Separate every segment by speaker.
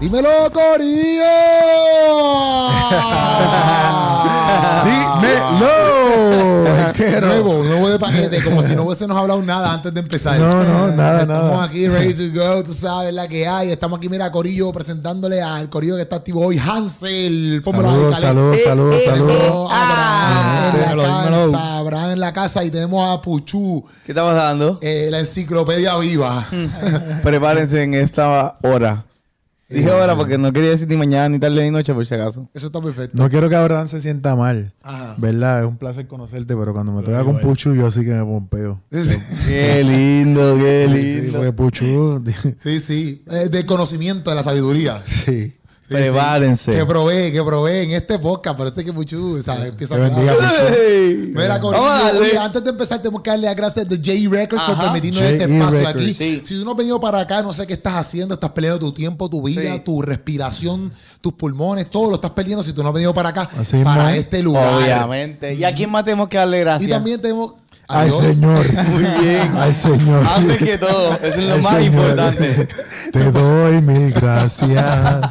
Speaker 1: ¡Dímelo, Ah. Corillo! ¡Dímelo! ¡Qué nuevo! Nuevo de paquete, como si no hubiésemos hablado nada antes de empezar.
Speaker 2: No, no, nada,
Speaker 1: Estamos
Speaker 2: nada.
Speaker 1: aquí, ready to go, tú sabes la que hay. Estamos aquí, mira, Corillo, presentándole al Corillo que está activo hoy, Hansel. Pónmelo ahí,
Speaker 2: Saludos,
Speaker 1: Caleb.
Speaker 2: saludos,
Speaker 1: eh,
Speaker 2: saludos, saludos.
Speaker 1: Tenemos a Abraham en
Speaker 3: Dímelo,
Speaker 1: la
Speaker 3: dímelo.
Speaker 1: casa, Abraham en la casa y tenemos a Puchu,
Speaker 3: ¿Qué estamos dando?
Speaker 1: eh, la enciclopedia viva.
Speaker 3: Prepárense en esta hora. Dije hora porque no quería decir ni mañana, ni tarde, ni noche, por si acaso.
Speaker 1: Eso está perfecto.
Speaker 2: No quiero que Abraham se sienta mal.
Speaker 1: Ajá.
Speaker 2: ¿Verdad? Es un placer conocerte, pero cuando me toca con Puchu, yo sí que me pompeo.
Speaker 3: Qué lindo, qué
Speaker 2: Sí,
Speaker 3: lindo.
Speaker 2: porque Puchu.
Speaker 1: Sí, sí. Eh, del conocimiento, de la sabiduría.
Speaker 2: Sí.
Speaker 1: Sí, sí. Que
Speaker 3: Prepárense.
Speaker 1: provee, que provee en este podcast. Parece que Puchu, ¿sabes? Empieza
Speaker 2: Que
Speaker 1: a hablar.
Speaker 2: bendiga, Puchu.
Speaker 3: Ey.
Speaker 1: Mira, Corillo,
Speaker 3: Vamos a darle.
Speaker 1: oye, antes de empezar, tenemos que darle las gracias de J Records por
Speaker 3: Ajá.
Speaker 1: permitirnos
Speaker 2: J.E.
Speaker 1: este espacio aquí.
Speaker 2: Records.
Speaker 3: Sí.
Speaker 1: Si tú no has venido para acá, no sé qué estás haciendo, estás peleando tu tiempo, tu vida,
Speaker 3: Sí.
Speaker 1: tu respiración, tus pulmones, todo lo estás perdiendo si tú no has venido para acá,
Speaker 2: Así
Speaker 1: para
Speaker 2: mismo.
Speaker 1: este lugar.
Speaker 3: Obviamente. ¿Y a quién más tenemos que darle
Speaker 1: Y
Speaker 3: gracias?
Speaker 1: también tenemos a
Speaker 2: Ay,
Speaker 1: Dios.
Speaker 2: señor.
Speaker 3: Muy bien.
Speaker 2: Ay, señor.
Speaker 3: Antes que todo, eso es lo
Speaker 2: Ay,
Speaker 3: más
Speaker 2: señor.
Speaker 3: importante.
Speaker 2: Te doy mil gracias.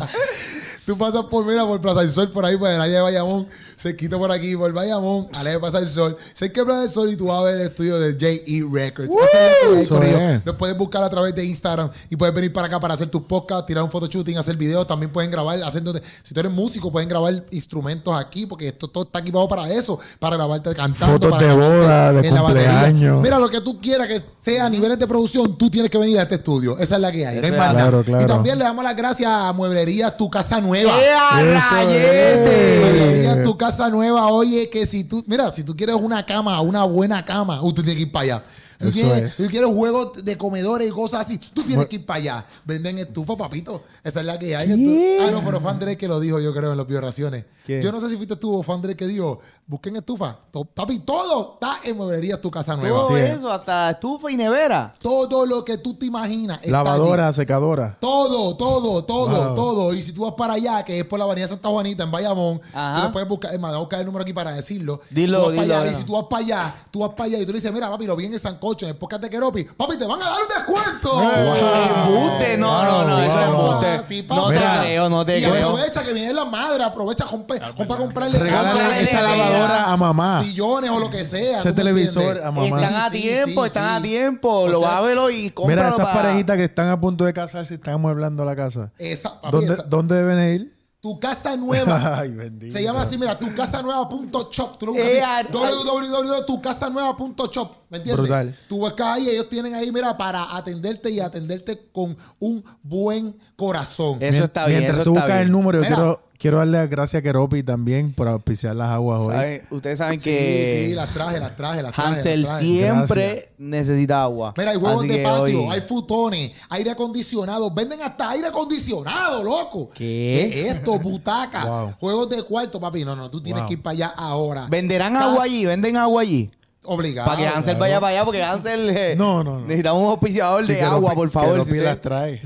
Speaker 1: Tú pasas por, mira, por Plaza del Sol, por ahí, por el área de Bayamón, cerquita por aquí, por Bayamón, al área de Plaza del Sol, cerca de Plaza del Sol y tú vas a ver el estudio de J.E. Records. Esa es la que hay,
Speaker 2: Eso
Speaker 1: corillo.
Speaker 2: es.
Speaker 1: Los puedes buscar a través de Instagram y puedes venir para acá para hacer tus podcasts, tirar un photoshooting, hacer videos, también pueden grabar, hacer donde, si tú eres músico, pueden grabar instrumentos aquí, porque esto todo está equipado para eso, para grabarte cantando.
Speaker 2: Fotos
Speaker 1: para
Speaker 2: de
Speaker 1: grabarte
Speaker 2: boda, de
Speaker 1: en la batería.
Speaker 2: cumpleaños.
Speaker 1: Mira, lo que tú quieras que sea a niveles de producción, tú tienes que venir a este estudio. Esa es la que hay. no hay
Speaker 3: Eso es.
Speaker 1: más nada.
Speaker 2: Claro,
Speaker 1: Y
Speaker 2: claro.
Speaker 1: también le damos las gracias a Mueblerías Tu Casa Nueva.
Speaker 2: ¡Eh! rayete!
Speaker 1: Mueblerías Tu Casa Nueva, oye, que si tú, mira, si tú quieres una cama, una buena cama, usted tiene que ir para allá. Tú
Speaker 2: Eso
Speaker 1: tienes,
Speaker 2: es.
Speaker 1: Si tú quieres juegos de comedores y cosas así, tú tienes que ir para allá. Venden estufa, papito. Esa es la que hay. Estu- Ah, no, pero fue Andrés que lo dijo, yo creo, en las violaciones.
Speaker 3: ¿Qué?
Speaker 1: Yo no sé si fuiste tú o fue Andrés que dijo, busquen estufa. To- papi, todo está en Mueblerías Tu Casa Nueva.
Speaker 2: Todo. Sí, eh.
Speaker 3: hasta estufa y nevera.
Speaker 1: Todo lo que tú te imaginas está allí.
Speaker 2: Lavadora, secadora.
Speaker 1: Todo, todo, todo,
Speaker 2: Wow.
Speaker 1: todo. Y si tú vas para allá, que es por la avenida Santa Juanita, en Bayamón,
Speaker 3: Ajá.
Speaker 1: tú lo puedes buscar. Es más, voy a buscar el número aquí para decirlo.
Speaker 3: Dilo,
Speaker 1: Tú vas para
Speaker 3: dilo,
Speaker 1: allá,
Speaker 3: dilo.
Speaker 1: Y si tú vas para allá, tú vas para allá y tú le dices, mira, papi, lo vi en el Sancocho, en el podcast de Keropi. Papi, te van a dar un descuento. Ah,
Speaker 3: Embuste, no, no, no,
Speaker 2: Wow.
Speaker 3: eso es embuste.
Speaker 1: Sí, pasa.
Speaker 3: no te
Speaker 2: Mira,
Speaker 3: creo, no te
Speaker 1: Y
Speaker 3: creo.
Speaker 1: aprovecha que viene la madre, aprovecha, compra, compra comprarle
Speaker 2: Regálale
Speaker 1: cámara,
Speaker 2: esa lavadora a mamá.
Speaker 1: sillones o lo que sea.
Speaker 2: Ese
Speaker 1: ¿tú me
Speaker 2: televisor
Speaker 1: entiendes?
Speaker 2: a
Speaker 3: Están
Speaker 2: mamá.
Speaker 3: a
Speaker 1: Sí, sí,
Speaker 3: tiempo,
Speaker 1: sí,
Speaker 3: están a
Speaker 1: sí.
Speaker 3: tiempo.
Speaker 1: O
Speaker 3: Lo
Speaker 1: sea,
Speaker 3: bávelo y cómpralo
Speaker 2: Mira, esas
Speaker 3: para-
Speaker 2: parejitas que están a punto de casarse están amueblando la casa.
Speaker 1: Esa, papi,
Speaker 2: ¿Dónde,
Speaker 1: esa-
Speaker 2: ¿Dónde deben ir?
Speaker 1: Tu casa nueva.
Speaker 2: Ay, bendito.
Speaker 1: Se llama así, mira, tucasanueva.shop. Tú lo
Speaker 3: Eh,
Speaker 1: buscas
Speaker 3: ar-
Speaker 1: así, www.tucasanueva.shop. ¿Me entiendes?
Speaker 2: Brutal.
Speaker 1: Tú buscas ahí, ellos tienen ahí, mira, para atenderte y atenderte con un buen corazón.
Speaker 3: Eso está bien,
Speaker 2: Mientras
Speaker 3: eso
Speaker 2: tú
Speaker 3: está
Speaker 2: buscas el
Speaker 3: bien.
Speaker 2: número, yo
Speaker 1: Mira.
Speaker 2: quiero, quiero darle las gracias a Keropi también por auspiciar las aguas hoy.
Speaker 3: Saben- Ustedes saben
Speaker 1: Sí,
Speaker 3: que
Speaker 1: sí, las traje, las traje, las traje.
Speaker 3: Hansel
Speaker 1: las traje.
Speaker 3: siempre
Speaker 2: Gracias.
Speaker 3: necesita agua.
Speaker 1: Mira, hay huevos
Speaker 3: Así
Speaker 1: de
Speaker 3: que
Speaker 1: patio,
Speaker 3: hoy-
Speaker 1: hay futones, aire acondicionado. Venden hasta aire acondicionado, loco.
Speaker 3: ¿Qué?
Speaker 1: es esto? Butaca.
Speaker 2: Wow.
Speaker 1: Juegos de cuarto, papi. No, no, tú tienes
Speaker 2: Wow.
Speaker 1: que ir para allá ahora.
Speaker 3: Venderán
Speaker 1: Ca-
Speaker 3: agua allí, venden agua allí.
Speaker 1: Obligado.
Speaker 3: para que Hansel
Speaker 2: claro.
Speaker 3: vaya para allá, porque Hansel. eh,
Speaker 2: No, no, no.
Speaker 3: Necesitamos un auspiciador
Speaker 2: Sí,
Speaker 3: de
Speaker 2: Keropi-
Speaker 3: agua, por favor.
Speaker 2: Keropi
Speaker 3: si usted-
Speaker 2: las trae.
Speaker 1: Sí,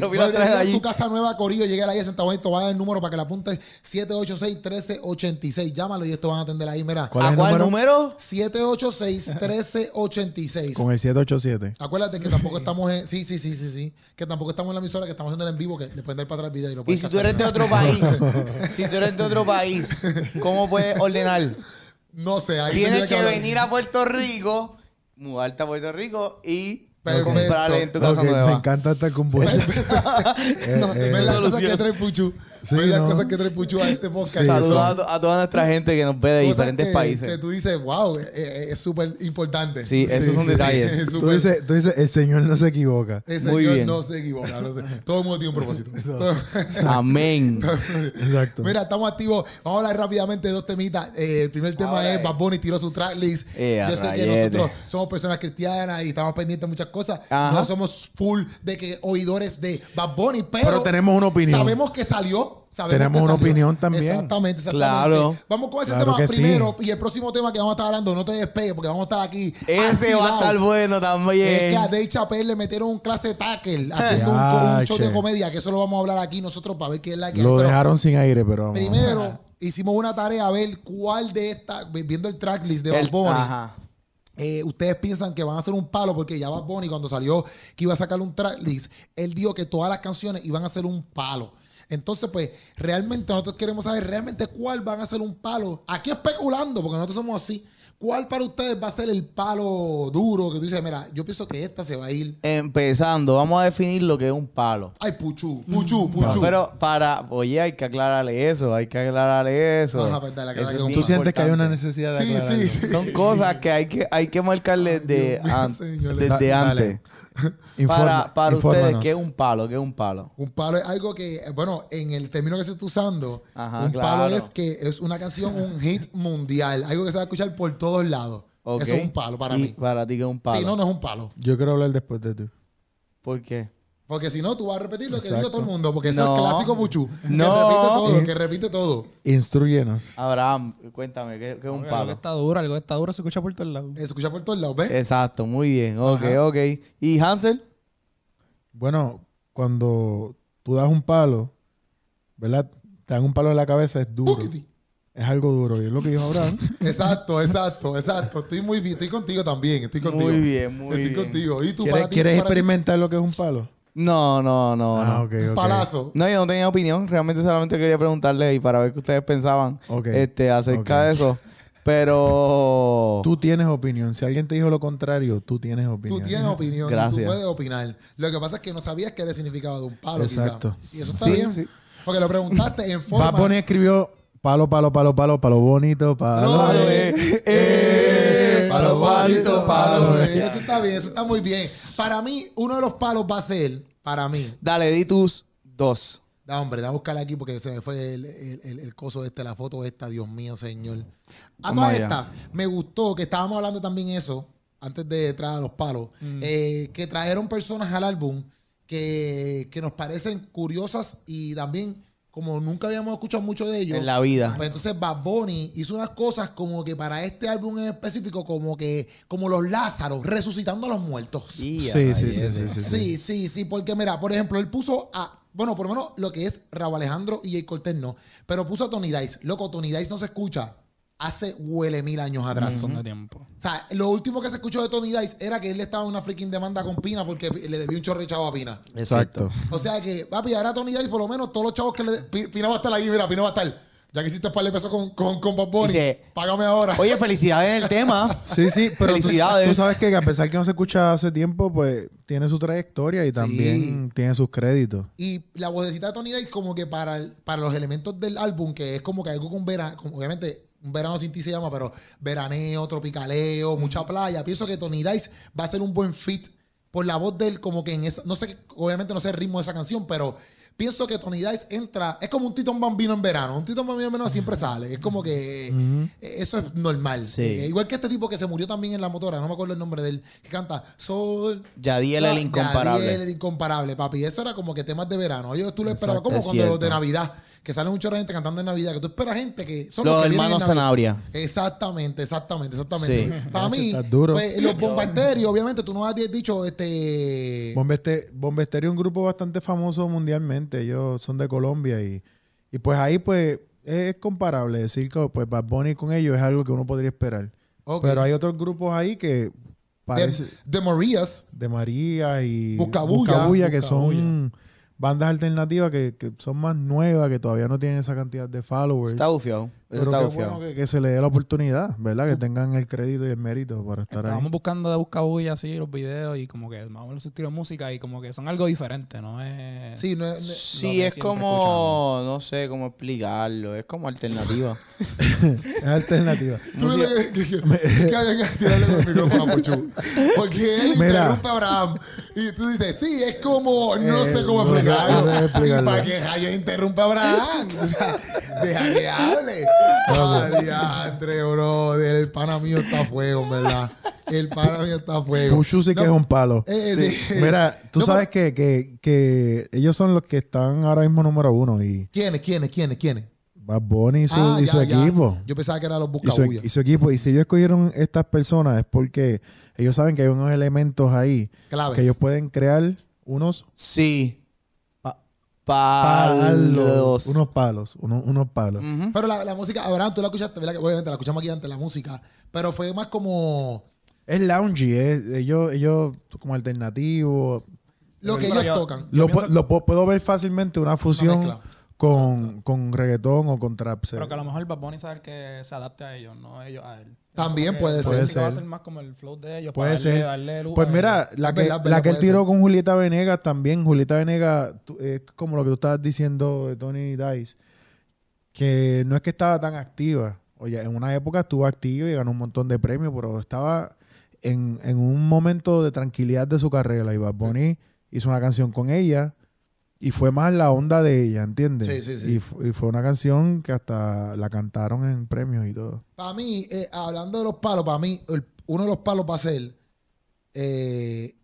Speaker 1: Bueno,
Speaker 3: Yo Ah, vi las tres de
Speaker 1: mira,
Speaker 3: allí.
Speaker 1: tu casa nueva, Corillo, llega ahí a Santa Bonita, va a dar el número para que le apuntes 786-1386. Llámalo y esto van a atender ahí, mira.
Speaker 2: ¿Cuál es
Speaker 3: ¿A
Speaker 2: el
Speaker 3: cuál
Speaker 2: número?
Speaker 3: número?
Speaker 1: 786-1386.
Speaker 2: Con el 787.
Speaker 1: Acuérdate que tampoco estamos en. Sí, sí, sí, sí, sí. Que tampoco estamos en la emisora, que estamos haciendo el en vivo, que le pueden dar para atrás el video y lo
Speaker 3: Y
Speaker 1: pueden
Speaker 3: si tú
Speaker 1: sacar.
Speaker 3: eres de otro país, si tú eres de otro país, ¿cómo puedes ordenar?
Speaker 1: No sé, ahí
Speaker 3: Tienes
Speaker 1: tendría
Speaker 3: que
Speaker 1: hablar.
Speaker 3: venir a Puerto Rico, mudarte a Puerto Rico y
Speaker 1: Perfecto.
Speaker 3: comprarle en tu casa
Speaker 2: Ok, me
Speaker 3: nueva.
Speaker 2: encanta esta composición.
Speaker 1: Ver las cosas
Speaker 3: Solución.
Speaker 1: que trae Puchu.
Speaker 2: Sí,
Speaker 1: ver las
Speaker 2: ¿no?
Speaker 1: cosas que trae Puchu a este podcast.
Speaker 2: Sí,
Speaker 3: Saludos
Speaker 2: son-
Speaker 3: a, to- a toda nuestra gente que nos ve de
Speaker 1: Cosas
Speaker 3: diferentes
Speaker 1: que-
Speaker 3: países.
Speaker 1: Que tú dices, wow, eh, eh, es súper importante.
Speaker 3: Sí, esos son detalles.
Speaker 1: Es
Speaker 2: tú,
Speaker 1: súper-
Speaker 2: dices, tú dices, el señor no se equivoca.
Speaker 1: Ese
Speaker 3: Muy
Speaker 1: señor
Speaker 3: bien.
Speaker 1: no se equivoca. no sé. Todo el mundo tiene un propósito.
Speaker 3: Amén.
Speaker 2: Exacto.
Speaker 1: Mira, estamos activos. Vamos a hablar rápidamente de dos temitas. Eh, el primer tema
Speaker 3: Ahora
Speaker 1: es
Speaker 3: es.
Speaker 1: Bad Bunny tiró su tracklist.
Speaker 3: Eh, a
Speaker 1: Yo sé que
Speaker 3: rayete.
Speaker 1: nosotros somos personas cristianas y estamos pendientes de muchas cosas.
Speaker 3: Ajá.
Speaker 1: No somos full de que oidores de Bad Bunny, pero,
Speaker 2: Pero tenemos una opinión.
Speaker 1: Sabemos que salió. sabemos
Speaker 2: Tenemos
Speaker 1: que
Speaker 2: una
Speaker 1: salió.
Speaker 2: opinión también.
Speaker 1: Exactamente, exactamente.
Speaker 3: Claro.
Speaker 1: Vamos con ese
Speaker 2: Claro
Speaker 1: tema
Speaker 2: que sí.
Speaker 1: primero y el próximo tema que vamos a estar hablando, no te despegues porque vamos a estar aquí.
Speaker 3: Ese va a
Speaker 1: activados.
Speaker 3: estar bueno
Speaker 1: Es que a
Speaker 3: también.
Speaker 1: Dave Chappelle le metieron un clase tackle haciendo un, co- un show de
Speaker 2: Yache.
Speaker 1: comedia, que eso lo vamos a hablar aquí nosotros para ver qué es la que hay,
Speaker 2: Lo
Speaker 1: pero
Speaker 2: dejaron sin aire, pero vamos.
Speaker 1: Primero, hicimos una tarea a ver cuál de estas, viendo el tracklist de Bad
Speaker 3: El-
Speaker 1: Bunny,
Speaker 3: ajá.
Speaker 1: eh, ustedes piensan que van a hacer un palo porque ya Bad Bunny cuando salió que iba a sacar un tracklist, él dijo que todas las canciones iban a ser un palo. Entonces, pues, realmente nosotros queremos saber realmente cuál van a ser un palo. Aquí especulando, porque nosotros somos así. ¿Cuál para ustedes va a ser el palo duro que tú dices, mira, yo pienso que esta se va a ir?
Speaker 4: Empezando, vamos a definir lo que es un palo.
Speaker 1: Ay, puchu, puchu, puchu.
Speaker 4: Pero para, oye, hay que aclararle eso, hay que aclararle eso.
Speaker 1: Ajá, verdad, la
Speaker 4: Eso
Speaker 1: aclara
Speaker 4: es
Speaker 1: que un
Speaker 2: Tú sientes que hay una
Speaker 4: importante.
Speaker 2: necesidad de
Speaker 1: sí,
Speaker 2: aclararlo.
Speaker 1: sí, sí.
Speaker 4: Son cosas que hay que, hay que marcarle de
Speaker 1: mío,
Speaker 4: an-
Speaker 1: señores.
Speaker 4: desde
Speaker 2: Da- dale.
Speaker 4: antes.
Speaker 2: Informa-
Speaker 4: para para ustedes,
Speaker 2: infórmanos.
Speaker 4: ¿qué es un palo? ¿Qué es un palo?
Speaker 1: Un palo es algo que, bueno, en el término que se está usando,
Speaker 4: Ajá,
Speaker 1: un
Speaker 4: claro.
Speaker 1: palo es que es una canción, un hit mundial, algo que se va a escuchar por todos lados.
Speaker 4: Ok.
Speaker 1: Eso es un palo para
Speaker 4: ¿Y
Speaker 1: mí.
Speaker 4: Para ti, ¿qué es un palo?
Speaker 1: Si no, no es un palo.
Speaker 2: Yo quiero hablar después de ti.
Speaker 4: ¿Por qué?
Speaker 1: Porque si no, tú vas a repetir lo que
Speaker 2: Exacto.
Speaker 1: dijo todo el mundo, porque eso
Speaker 4: No.
Speaker 1: es clásico Puchu.
Speaker 4: No.
Speaker 1: Que repite todo, que repite todo.
Speaker 2: Instruyenos.
Speaker 4: Abraham, cuéntame, ¿qué, qué es un
Speaker 5: Algo que
Speaker 4: palo?
Speaker 5: está duro, algo que está duro se escucha por todos lados.
Speaker 1: Se escucha por todos lados, ¿ves?
Speaker 4: Exacto, muy bien. Ok,
Speaker 1: Ajá.
Speaker 4: ok. ¿Y Hansel?
Speaker 2: Bueno, cuando tú das un palo, ¿verdad? Te dan un palo en la cabeza, es duro.
Speaker 1: Puquiti.
Speaker 2: Es algo duro. Y es lo que dijo Abraham.
Speaker 1: Exacto, exacto, exacto. Estoy muy bien, estoy contigo también, estoy
Speaker 4: Muy
Speaker 1: contigo.
Speaker 4: bien, muy
Speaker 1: estoy
Speaker 4: bien.
Speaker 1: contigo. ¿Y tú
Speaker 2: ¿Quieres,
Speaker 1: para ti?
Speaker 2: quieres
Speaker 1: para ti?
Speaker 2: experimentar lo que es un palo? Ah,
Speaker 4: No, no, no. no.
Speaker 2: ok,
Speaker 1: Un palazo.
Speaker 4: No, yo no tenía opinión. Realmente solamente quería preguntarle y para ver qué ustedes pensaban
Speaker 2: Ok.
Speaker 4: este, acerca
Speaker 2: Ok.
Speaker 4: de eso. Pero...
Speaker 2: Tú tienes opinión. Si alguien te dijo lo contrario, tú tienes opinión.
Speaker 1: Tú tienes opinión, y
Speaker 4: Gracias.
Speaker 1: tú puedes opinar. Lo que pasa es que no sabías que era el significado de un palo, quizá.
Speaker 2: Exacto.
Speaker 1: Y eso está
Speaker 4: Sí,
Speaker 1: bien.
Speaker 4: sí.
Speaker 1: Porque lo preguntaste en forma.
Speaker 2: Bad Bunny escribió palo, palo, palo, palo, palo bonito, palo.
Speaker 1: No,
Speaker 2: eh.
Speaker 1: eh, eh, palo bonito, palo. eh.
Speaker 4: eh.
Speaker 1: Eso está bien, eso está muy bien. Para mí, uno de los palos va a ser, para mí,
Speaker 4: Dale, di tus dos.
Speaker 1: Da, hombre, da a buscar aquí porque se me fue el, el, el- el coso este, la foto esta, Dios mío, señor. A
Speaker 4: Vamos
Speaker 1: todas
Speaker 4: allá.
Speaker 1: estas, me gustó que estábamos hablando también eso, antes de traer a los palos, eh, que trajeron personas al álbum que, que nos parecen curiosas y también, como nunca habíamos escuchado mucho de ellos.
Speaker 4: En la vida.
Speaker 1: Pues entonces Bad Bunny hizo unas cosas como que para este álbum en específico, como que, como los Lázaros, resucitando a los muertos.
Speaker 2: Sí, sí, sí, sí, sí,
Speaker 1: eh. Sí, sí, sí, porque mira, por ejemplo, él puso a, bueno, por lo menos lo que es Raúl Alejandro y Jay Cortés no, pero puso a Tony Dice. Loco, Tony Dice no se escucha hace huele mil años atrás.
Speaker 5: Son de tiempo.
Speaker 1: O sea, lo último que se escuchó de Tony Dice era que él estaba en una freaking demanda con Pina porque le debió un chorro de chavo a Pina.
Speaker 2: Exacto.
Speaker 1: O sea que, papi, ahora Tony Dice, por lo menos todos los chavos que le. Pi- Pina va a estar ahí, mira, Pina va a estar. Ya que hiciste un par de pesos con, con, con Bad Bunny,
Speaker 4: Dice,
Speaker 1: págame ahora.
Speaker 4: Oye, felicidades en el tema.
Speaker 2: Sí, sí, pero tú-
Speaker 4: Felicidades.
Speaker 2: Tú, sabes que a pesar que no se escucha hace tiempo, pues tiene su trayectoria y también tiene sus créditos.
Speaker 1: Y la vocecita de Tony Dice como que para, el- para los elementos del álbum, que es como que algo con verano, obviamente un verano sin ti se llama, pero veraneo, tropicaleo, mucha playa. Pienso que Tony Dice va a ser un buen fit por la voz de él, como que en esa, no sé, obviamente no sé el ritmo de esa canción, pero pienso que Tony Dice entra, es como un Titón Bambino en verano, un Titón Bambino en verano siempre sale, es como que eh, eso es normal.
Speaker 4: Sí.
Speaker 1: Eh, igual que este tipo que se murió también en la motora, no me acuerdo el nombre de él, que canta Sol,
Speaker 4: Yadiel el
Speaker 1: Yadiel,
Speaker 4: incomparable.
Speaker 1: el incomparable, papi. Eso era como que temas de verano. Yo tú lo esperabas
Speaker 4: Exacto,
Speaker 1: como
Speaker 4: es
Speaker 1: cuando los de
Speaker 4: cierto.
Speaker 1: Navidad, que salen un chorro de gente cantando en Navidad, que tú esperas gente que son
Speaker 4: Los
Speaker 1: que vienen
Speaker 4: hermanos
Speaker 1: en Navidad.
Speaker 4: Sanabria.
Speaker 1: Exactamente, exactamente, exactamente.
Speaker 4: Sí.
Speaker 1: Para mí,
Speaker 2: Estás duro.
Speaker 1: pues, los bombarderos, obviamente, tú nos has dicho este.
Speaker 2: Bombeste- Bombesterio es un grupo bastante famoso mundialmente. Ellos son de Colombia y, y pues ahí pues es comparable. Decir que pues Bad Bunny con ellos es algo que uno podría esperar.
Speaker 1: Ok.
Speaker 2: Pero hay otros grupos ahí que parece
Speaker 1: de, de Marías.
Speaker 2: de María y
Speaker 1: Buscabulla.
Speaker 2: Buscabulla, que son bandas alternativas que, que son más nuevas, que todavía no tienen esa cantidad de followers.
Speaker 4: Está bufiado. Eso
Speaker 2: Pues, pero
Speaker 4: está
Speaker 2: qué
Speaker 4: bufiado.
Speaker 2: bueno que, que se le dé la oportunidad, ¿verdad? Que tengan el crédito y el mérito para estar
Speaker 5: Estábamos
Speaker 2: ahí.
Speaker 5: buscando de buscabulla así los videos y como que más o menos su estilo de música y como que son algo diferente, ¿no es...
Speaker 1: Sí, no, es- no-
Speaker 5: Lo
Speaker 4: Sí,
Speaker 5: que
Speaker 4: es
Speaker 5: siempre
Speaker 4: como... No sé cómo explicarlo. Es como alternativa.
Speaker 2: Es alternativa.
Speaker 1: Tú dile que, que, que, que alguien tirarle con el micrófono a Puchu. Porque él
Speaker 2: Mira.
Speaker 1: interrumpe a Abraham. Y tú dices, sí, es como, no
Speaker 2: Eh,
Speaker 1: sé cómo
Speaker 2: no sé-
Speaker 1: explicarlo.
Speaker 2: no sé
Speaker 1: Y
Speaker 2: explicarlo.
Speaker 1: para que Javier interrumpa a Abraham. O sea, deja que hable. Ay, diantre, bro. El pana mío está a fuego, en ¿verdad? El pana mío está a fuego.
Speaker 2: Puchu sí que
Speaker 1: No,
Speaker 2: es un palo.
Speaker 1: eh, eh, sí.
Speaker 2: Mira, tú
Speaker 1: No,
Speaker 2: sabes que, que, que ellos son los que están ahora mismo número uno y
Speaker 1: ¿Quiénes, quiénes, quiénes, quiénes?
Speaker 2: Bad Bunny y su,
Speaker 1: Ah,
Speaker 2: y
Speaker 1: ya,
Speaker 2: su
Speaker 1: ya.
Speaker 2: equipo.
Speaker 1: Yo pensaba que eran los
Speaker 2: Y su,
Speaker 1: buscabullas.
Speaker 2: y su equipo. Y si ellos escogieron estas personas es porque ellos saben que hay unos elementos ahí
Speaker 1: Claves.
Speaker 2: que ellos pueden crear unos
Speaker 4: Sí.
Speaker 2: Pa-
Speaker 4: palos.
Speaker 2: Unos palos. Unos, unos palos.
Speaker 1: Mm.
Speaker 4: Ujú.
Speaker 1: Pero la, la música, Abraham, tú la escuchaste, ¿verdad? Que obviamente la escuchamos aquí antes, la música, pero fue más como,
Speaker 2: Es loungy, es, ellos, ellos como alternativo.
Speaker 1: Lo que
Speaker 5: Pero
Speaker 1: ellos
Speaker 5: yo-
Speaker 1: tocan.
Speaker 2: Lo,
Speaker 5: pienso-
Speaker 2: pu- lo pu- puedo ver fácilmente una fusión
Speaker 1: mezcla.
Speaker 2: con, con reggaetón o con trap. se-
Speaker 5: Pero que a lo mejor Bad Bunny sabe que se adapte a ellos, no ellos a él.
Speaker 1: También
Speaker 5: Como que
Speaker 1: puede
Speaker 5: su
Speaker 1: ser.
Speaker 5: música Va a
Speaker 2: Puede
Speaker 5: ser más como el flow de ellos.
Speaker 2: Puede
Speaker 5: para darle-
Speaker 2: ser.
Speaker 5: darle luz
Speaker 2: Pues
Speaker 5: a
Speaker 2: mira,
Speaker 5: ellos.
Speaker 2: la
Speaker 1: Es
Speaker 2: que,
Speaker 1: verdad, es
Speaker 2: la
Speaker 1: verdad,
Speaker 2: que él
Speaker 1: puede
Speaker 2: tiró
Speaker 1: ser.
Speaker 2: con Julieta Venegas también. Julieta Venegas tú- es como lo que tú estabas diciendo de Tony Dice, que no es que estaba tan activa. Oye, en una época estuvo activa y ganó un montón de premios, pero estaba en, en un momento de tranquilidad de su carrera. Y Bad Bunny hizo una canción con ella y fue más la onda de ella, ¿entiendes?
Speaker 1: Sí, sí, sí.
Speaker 2: Y fu- Y, fue una canción que hasta la cantaron en premios y todo.
Speaker 1: Para mí, eh, hablando de los palos, para mí, el- uno de los palos va a ser eh,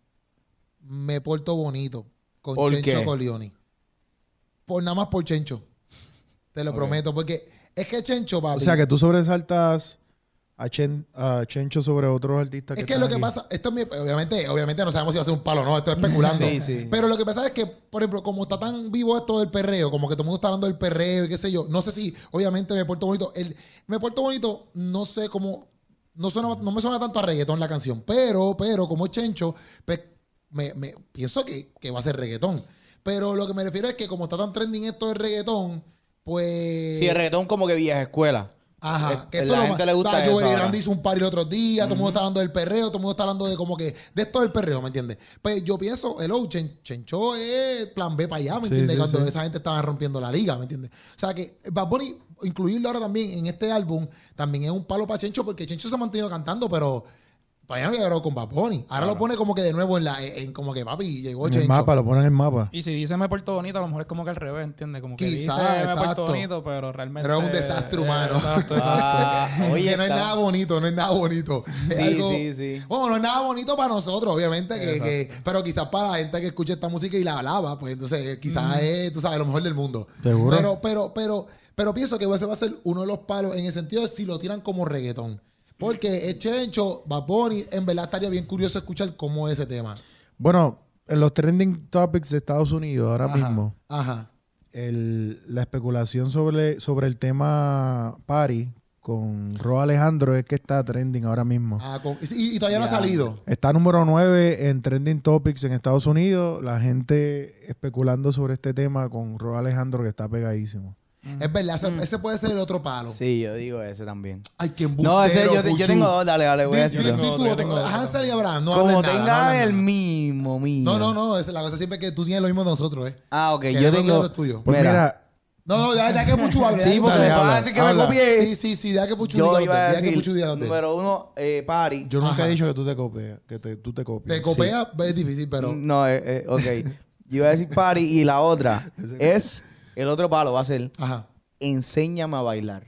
Speaker 1: Me Porto Bonito con
Speaker 4: ¿Por
Speaker 1: Chencho
Speaker 4: qué?
Speaker 1: Corleone. Por nada más por Chencho. Te lo
Speaker 4: Ok.
Speaker 1: prometo, porque es que Chencho, papi.
Speaker 2: O sea, que tú sobresaltas a, Chen- a Chencho sobre otros artistas
Speaker 1: es que
Speaker 2: están
Speaker 1: lo que
Speaker 2: aquí.
Speaker 1: pasa, esto es mi- obviamente, obviamente no sabemos si va a ser un palo o no, estoy especulando.
Speaker 4: Sí, sí.
Speaker 1: Pero lo que pasa es que, por ejemplo, como está tan vivo esto del perreo, como que todo el mundo está hablando del perreo y qué sé yo, no sé si, obviamente, me porto bonito. El, me porto bonito, no sé cómo, no, suena, no me suena tanto a reggaetón la canción, pero, pero, como es Chencho, pues, me, me- pienso que, que va a ser reggaetón. Pero lo que me refiero es que como está tan trending esto del reggaetón, pues...
Speaker 3: Sí, el reggaetón como que vieja escuela.
Speaker 1: Ajá,
Speaker 3: Eh,
Speaker 1: que
Speaker 3: la
Speaker 1: esto lo
Speaker 3: gente
Speaker 1: más-
Speaker 3: le gusta
Speaker 1: Ah,
Speaker 3: eso
Speaker 1: Joel y
Speaker 3: ahora.
Speaker 1: Randy hizo un party el otro día, todo el mundo está hablando del perreo, todo el mundo está hablando de como que de esto del perreo, ¿me entiendes? Pues yo pienso, hello, Chen- Chencho es plan B para allá, ¿me
Speaker 2: Sí,
Speaker 1: entiendes?
Speaker 2: sí,
Speaker 1: Cuando
Speaker 2: sí.
Speaker 1: esa gente estaba rompiendo la liga, ¿me entiendes? O sea que Bad Bunny, incluirlo ahora también en este álbum, también es un palo para Chencho, porque Chencho se ha mantenido cantando, pero todavía no llegó con Bad Bunny. Ahora lo pone como que de nuevo en la, en como que papi, llegó
Speaker 2: En
Speaker 1: Chencho.
Speaker 2: el mapa, lo ponen en el mapa.
Speaker 5: Y si dice me porto bonito, a lo mejor es como que al revés, ¿entiendes? Como que
Speaker 1: Quizá,
Speaker 5: dice "Ah, me
Speaker 1: exacto.
Speaker 5: porto bonito, pero realmente...
Speaker 1: Pero es un desastre
Speaker 5: eh,
Speaker 1: humano.
Speaker 5: exacto, exacto.
Speaker 3: Ah,
Speaker 1: Oye,
Speaker 3: oye,
Speaker 1: no es
Speaker 3: está-
Speaker 1: nada bonito, no es nada bonito. Es
Speaker 3: Sí,
Speaker 1: algo-
Speaker 3: sí, sí.
Speaker 1: Bueno, no es nada bonito para nosotros, obviamente, que, que- pero quizás para la gente que escucha esta música y la alaba, pues entonces eh, quizás es, tú sabes, lo mejor del mundo.
Speaker 2: Seguro.
Speaker 1: Pero, pero, pero, pero pienso que ese va a ser uno de los palos en el sentido de si lo tiran como reggaetón. Porque es Chencho, Bad Bunny, en verdad estaría bien curioso escuchar cómo es ese tema.
Speaker 2: Bueno, en los trending topics de Estados Unidos ahora
Speaker 1: Ajá,
Speaker 2: mismo,
Speaker 1: Ajá.
Speaker 2: el- la especulación sobre, sobre el tema party con Ro Alejandro es que está trending ahora mismo.
Speaker 1: Ah, con- y, y todavía no ha
Speaker 3: Ya.
Speaker 1: salido.
Speaker 2: Está número 9 en trending topics en Estados Unidos. La gente especulando sobre este tema con Ro Alejandro que está pegadísimo.
Speaker 1: Es verdad, ese, ese puede ser el otro palo.
Speaker 3: Mm. Sí, yo digo ese también.
Speaker 1: Ay, qué
Speaker 3: No, ese
Speaker 1: embustero,
Speaker 3: yo, te- yo
Speaker 1: Puchu.
Speaker 3: tengo dos, dale, dale, voy a
Speaker 1: Di-
Speaker 3: decir
Speaker 1: di-
Speaker 5: decirlo.
Speaker 1: di tú,
Speaker 5: Yo tengo
Speaker 1: tengo-
Speaker 5: otro.
Speaker 1: Hansel y Abraham, no
Speaker 3: Como
Speaker 1: hablen nada, no
Speaker 3: tenga
Speaker 1: hablen
Speaker 3: el
Speaker 1: nada.
Speaker 3: mismo, mismo.
Speaker 1: No, no, no, es la cosa siempre que tú tienes lo mismo de nosotros, ¿eh?
Speaker 3: Ah, ok,
Speaker 1: Que
Speaker 3: yo
Speaker 1: no me
Speaker 3: tengo.
Speaker 1: olvides lo tuyo.
Speaker 2: Pues mira,
Speaker 1: No, no, ya, ya que Puchu hable.
Speaker 3: Sí, porque
Speaker 2: Dale,
Speaker 3: me van
Speaker 2: habla,
Speaker 3: a decir que me
Speaker 2: habla.
Speaker 3: copié.
Speaker 1: Sí, sí, sí, ya que Puchu
Speaker 3: yo
Speaker 1: diga
Speaker 3: iba a
Speaker 1: los de- ya que Puchu
Speaker 3: decir,
Speaker 1: diga los de-
Speaker 3: número uno, eh, Party.
Speaker 2: yo nunca
Speaker 1: Ajá.
Speaker 2: he dicho que tú te copies, que te- tú te copies.
Speaker 1: Te copea, es difícil, pero...
Speaker 3: No, eh, eh, ok. Yo iba a decir Party y la otra es, el otro palo va a ser,
Speaker 1: Ajá.
Speaker 3: enséñame a bailar.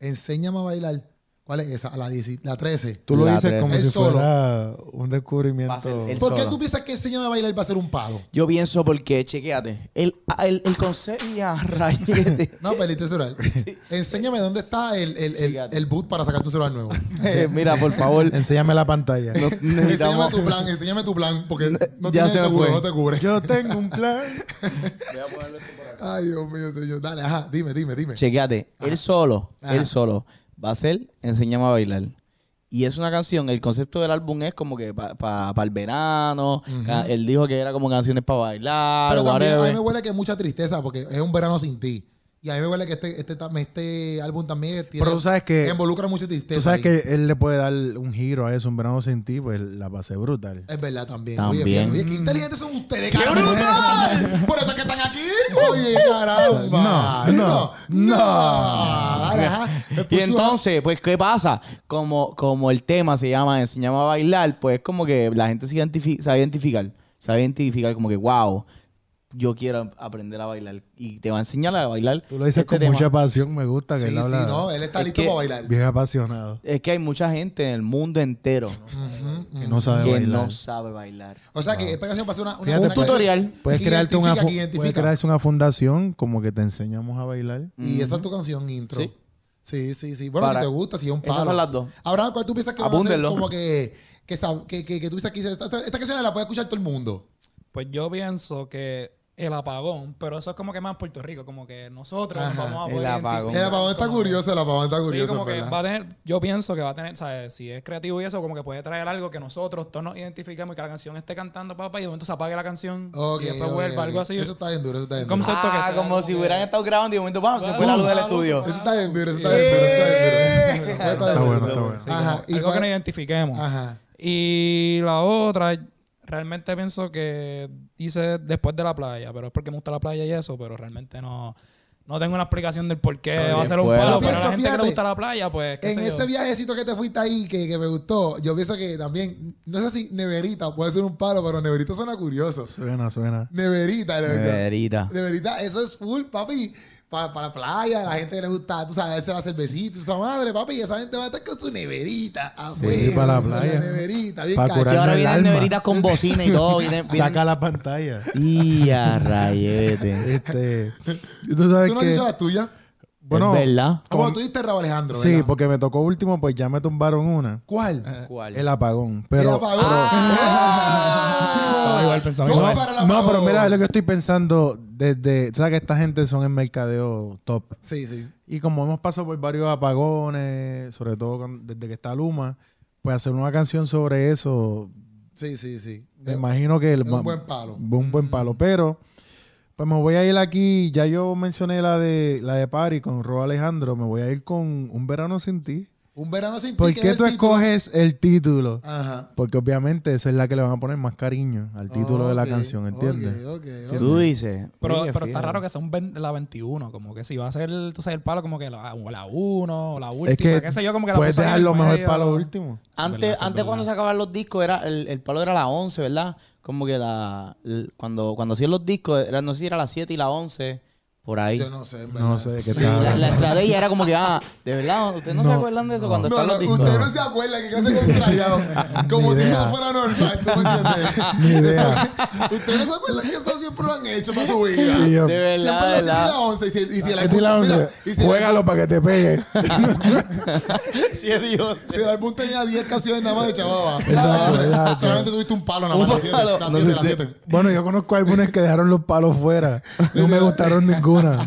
Speaker 1: Enséñame a bailar. ¿Cuál es esa? La, 10 la 13.
Speaker 2: Tú lo
Speaker 3: La
Speaker 2: dices
Speaker 3: tres.
Speaker 2: como
Speaker 1: Él
Speaker 2: si
Speaker 1: solo.
Speaker 2: fuera un
Speaker 3: Va a ser
Speaker 2: descubrimiento.
Speaker 3: él
Speaker 1: ¿Por qué
Speaker 3: solo.
Speaker 1: tú piensas que enséñame a bailar va a ser un palo?
Speaker 3: Yo pienso porque, chequéate, el, el, el concepto y a rayete.
Speaker 1: No, perdiste el celular. Enséñame dónde está el, el, el,
Speaker 3: Fíjate.
Speaker 1: el boot para sacar tu celular nuevo.
Speaker 3: Eh, Mira, por favor.
Speaker 2: Enséñame la pantalla.
Speaker 3: no-
Speaker 1: Enséñame
Speaker 3: necesitamos-
Speaker 1: tu plan, enséñame tu plan, porque no
Speaker 3: Ya
Speaker 1: tiene
Speaker 3: se me
Speaker 1: seguro,
Speaker 3: fue.
Speaker 1: no te cubre.
Speaker 2: Yo tengo un plan.
Speaker 1: Ay, Dios mío, señor. Dale, ajá, dime, dime, dime.
Speaker 3: Chequéate,
Speaker 1: Ah.
Speaker 3: él solo,
Speaker 1: Ajá.
Speaker 3: él solo va a ser Enséñame a bailar. Y es una canción, el concepto del álbum es como que para el verano, ca- él dijo que era como canciones para bailar,
Speaker 1: Pero también a mí
Speaker 3: whatever.
Speaker 1: me huele que hay mucha tristeza porque es un verano sin ti. Y a mí me huele que este, este, tam- este álbum también tiene,
Speaker 2: Pero tú sabes que-
Speaker 1: involucra mucha tristeza.
Speaker 2: Tú sabes
Speaker 1: ahí.
Speaker 2: que él le puede dar un giro a eso, un verano sin ti, pues la pasé brutal.
Speaker 1: Es verdad también.
Speaker 3: También.
Speaker 1: Oye, fíjate, oye, qué inteligentes son ustedes, cabrón. Por eso es que están aquí. Oye, caramba.
Speaker 2: No, no,
Speaker 1: no. Dale, ajá.
Speaker 3: Y
Speaker 1: Puchu,
Speaker 3: entonces, pues, ¿qué pasa? Como, como el tema se llama Enséñame a bailar, pues como que la gente se, identifi- se va a identificar. Se va a identificar como que, wow, yo quiero aprender a bailar. Y te va a enseñar a bailar.
Speaker 2: Tú lo dices
Speaker 3: este
Speaker 2: con
Speaker 3: tema.
Speaker 2: mucha pasión, me gusta que
Speaker 1: Sí,
Speaker 2: él
Speaker 1: sí,
Speaker 2: habla
Speaker 1: no. eh. Él está
Speaker 3: Es
Speaker 1: listo
Speaker 3: que-
Speaker 1: para bailar.
Speaker 2: bien apasionado,
Speaker 3: Es que hay mucha gente en el mundo entero
Speaker 1: Ujú,
Speaker 2: que
Speaker 1: ujú.
Speaker 2: no sabe
Speaker 3: que
Speaker 2: bailar.
Speaker 3: no sabe bailar.
Speaker 1: O sea que esta canción va a ser una, una-
Speaker 2: Fíjate,
Speaker 1: una
Speaker 3: Un tutorial.
Speaker 2: Puedes
Speaker 1: que
Speaker 2: crearte una
Speaker 1: identifica,
Speaker 2: fu-
Speaker 1: que identifica.
Speaker 2: puedes crearse una fundación como que te enseñamos a bailar.
Speaker 1: Y esa es tu canción intro. Sí.
Speaker 3: Sí.
Speaker 1: Sí, sí, Bueno,
Speaker 3: Para-
Speaker 1: si te gusta, si es un
Speaker 3: Esas
Speaker 1: palo.
Speaker 3: son las dos.
Speaker 1: Ahora, ¿cuál tú piensas que va a ser
Speaker 3: Abúndenlo.
Speaker 1: como que, que, sab- que, que, que tú piensas que dices, esta, esta canción la puede escuchar todo el mundo?
Speaker 5: Pues yo pienso que el apagón, pero eso es como que más Puerto Rico, como que nosotros
Speaker 1: Ajá,
Speaker 5: vamos a
Speaker 3: el
Speaker 5: poder
Speaker 3: apagón.
Speaker 5: identificar
Speaker 1: El apagón está
Speaker 5: como-
Speaker 1: curioso, el apagón está curioso.
Speaker 5: Sí, como que
Speaker 1: ¿verdad?
Speaker 5: va a tener, yo pienso que va a tener, ¿sabes? Si es creativo y eso, como que puede traer algo que nosotros todos nos identificamos y que la canción esté cantando, papá, y de momento se apague la canción
Speaker 1: Ok,
Speaker 5: y después
Speaker 1: ok,
Speaker 5: vuelva,
Speaker 1: ok.
Speaker 5: algo así.
Speaker 1: Eso está bien duro, eso está bien duro.
Speaker 5: ¿Cómo se- Concepto que
Speaker 3: Ah,
Speaker 5: sea
Speaker 3: como
Speaker 5: como
Speaker 3: si
Speaker 5: que-
Speaker 3: hubieran estado grabando y de momento, vamos, se fue la luz del estudio.
Speaker 1: Eso está bien duro, eso está
Speaker 5: Sí.
Speaker 1: bien duro, eso está bien duro. Eso
Speaker 2: Está
Speaker 1: bien
Speaker 2: bueno,
Speaker 1: duro.
Speaker 2: está bueno.
Speaker 5: Sí,
Speaker 1: Ajá,
Speaker 5: como
Speaker 1: ¿y
Speaker 5: algo
Speaker 1: cuál-
Speaker 5: que nos identifiquemos.
Speaker 1: Ajá.
Speaker 5: Y la otra, realmente pienso que hice después de la playa, pero es porque me gusta la playa y eso, pero realmente no, no tengo una explicación del por qué
Speaker 3: Está
Speaker 5: va a
Speaker 3: bien,
Speaker 5: ser un
Speaker 3: pues,
Speaker 5: palo.
Speaker 3: yo
Speaker 5: Pero a
Speaker 1: pienso,
Speaker 5: la gente que
Speaker 1: fíjate,
Speaker 5: le gusta la playa, pues. qué
Speaker 1: En
Speaker 5: sé yo.
Speaker 1: ese viajecito que te fuiste ahí, que, que me gustó, yo pienso que también, no sé si Neverita puede ser un palo, pero Neverita suena curioso.
Speaker 2: Suena, suena.
Speaker 1: Neverita, loco.
Speaker 3: Eh, Verita.
Speaker 1: Neverita, eso es full, papi. Para la playa, la gente que le gusta, tú sabes, hacer la cervecita, esa madre, papi, y esa gente va a estar con su neverita. afuera,
Speaker 2: Sí, para la
Speaker 1: con
Speaker 2: playa.
Speaker 1: neverita, bien
Speaker 2: Pa'
Speaker 1: cacho.
Speaker 3: Y
Speaker 2: curar. Curarme
Speaker 3: ahora
Speaker 2: el
Speaker 3: vienen
Speaker 2: alma.
Speaker 3: neveritas con bocina y todo. Vienen, vienen-
Speaker 2: Saca la pantalla.
Speaker 3: Y a rayete.
Speaker 2: Este, tú sabes
Speaker 1: ¿Tú no has
Speaker 2: que...
Speaker 1: dicho las tuyas?
Speaker 2: Bueno,
Speaker 3: es verdad.
Speaker 1: Como tú diste Rabo Alejandro,
Speaker 2: sí,
Speaker 1: ¿verdad?
Speaker 2: porque me tocó último, pues ya me tumbaron una.
Speaker 1: ¿Cuál?
Speaker 3: ¿Cuál?
Speaker 2: El
Speaker 1: eh,
Speaker 2: apagón.
Speaker 1: El
Speaker 2: Pero...
Speaker 1: apagón. Ah.
Speaker 5: Pensaba igual, pensaba
Speaker 1: Dos
Speaker 5: igual.
Speaker 1: para el
Speaker 2: No,
Speaker 1: apagón.
Speaker 2: pero mira, es lo que estoy pensando desde... ¿Sabes que esta gente son en mercadeo top?
Speaker 1: Sí, sí.
Speaker 2: Y como hemos pasado por varios apagones, sobre todo con- desde que está Luma, pues hacer una canción sobre eso,
Speaker 1: Sí, sí, sí.
Speaker 2: me imagino que... el-
Speaker 1: es un buen palo.
Speaker 2: Un buen palo. Pero, pues me voy a ir aquí, ya yo mencioné la de la de Party con Ro Alejandro, me voy a ir con Un verano sin ti.
Speaker 1: Un verano sin ti,
Speaker 2: ¿Por
Speaker 1: que
Speaker 2: qué
Speaker 1: es el
Speaker 2: tú
Speaker 1: título.
Speaker 2: escoges el título?
Speaker 1: Ajá.
Speaker 2: Porque obviamente esa es la que le van a poner más cariño al título de la
Speaker 1: Ok,
Speaker 2: canción, ¿entiendes?
Speaker 1: ok, ok, ok.
Speaker 3: Tú dices.
Speaker 5: Pero,
Speaker 3: Oye,
Speaker 5: pero está
Speaker 3: fíjate.
Speaker 5: raro que sea un ven- la 21, como que si va a ser, tú sabes, el palo como que la, o la 1 o la última,
Speaker 2: Es que
Speaker 5: qué sé yo, como que la
Speaker 2: puedes
Speaker 5: puso ahí en
Speaker 2: dejar
Speaker 5: el
Speaker 2: lo mejor
Speaker 5: medio.
Speaker 2: para lo último.
Speaker 5: Es verdad,
Speaker 3: Antes,
Speaker 5: eso es
Speaker 3: antes cuando
Speaker 5: verdad.
Speaker 3: se acababan los discos, era el, el palo era la 11, ¿verdad? Como que la. el- cuando, cuando hacían los discos, era, no sé si era la 7 y la 11, por ahí.
Speaker 1: Yo no sé, en
Speaker 2: No
Speaker 1: verdad.
Speaker 2: sé de qué
Speaker 1: Sí.
Speaker 2: te hablas.
Speaker 3: La, la estrategia era como que, ah, de verdad, ¿ustedes no, se acuerdan de eso cuando
Speaker 1: No,
Speaker 3: estaban
Speaker 1: no,
Speaker 3: los discos?
Speaker 1: usted no se acuerda que crece con trayado. Como
Speaker 2: Ni
Speaker 1: si
Speaker 2: idea.
Speaker 1: eso fuera normal, ¿tú me entiendes?
Speaker 2: Ni idea.
Speaker 1: Usted no se acuerda que esto siempre lo han hecho toda su vida.
Speaker 2: Y yo,
Speaker 3: De
Speaker 1: Siempre la siete y
Speaker 3: verdad, de verdad.
Speaker 1: Ah, la once. Y si, y si el
Speaker 2: "Este es la
Speaker 1: álbum- mira,
Speaker 2: once,
Speaker 1: y si el-
Speaker 2: juégalo para que te pegue.
Speaker 3: Sí, Dios.
Speaker 1: si el álbum tenía 10 canciones nada más de chavaba.
Speaker 2: Exacto, exacto.
Speaker 1: Solamente tuviste un palo nada más.
Speaker 3: Un
Speaker 1: Las 7,
Speaker 3: palo.
Speaker 1: las
Speaker 3: No
Speaker 1: 7,
Speaker 3: te-
Speaker 1: las 7.
Speaker 2: Bueno, yo conozco álbumes que dejaron los palos fuera. No me gustaron ninguna.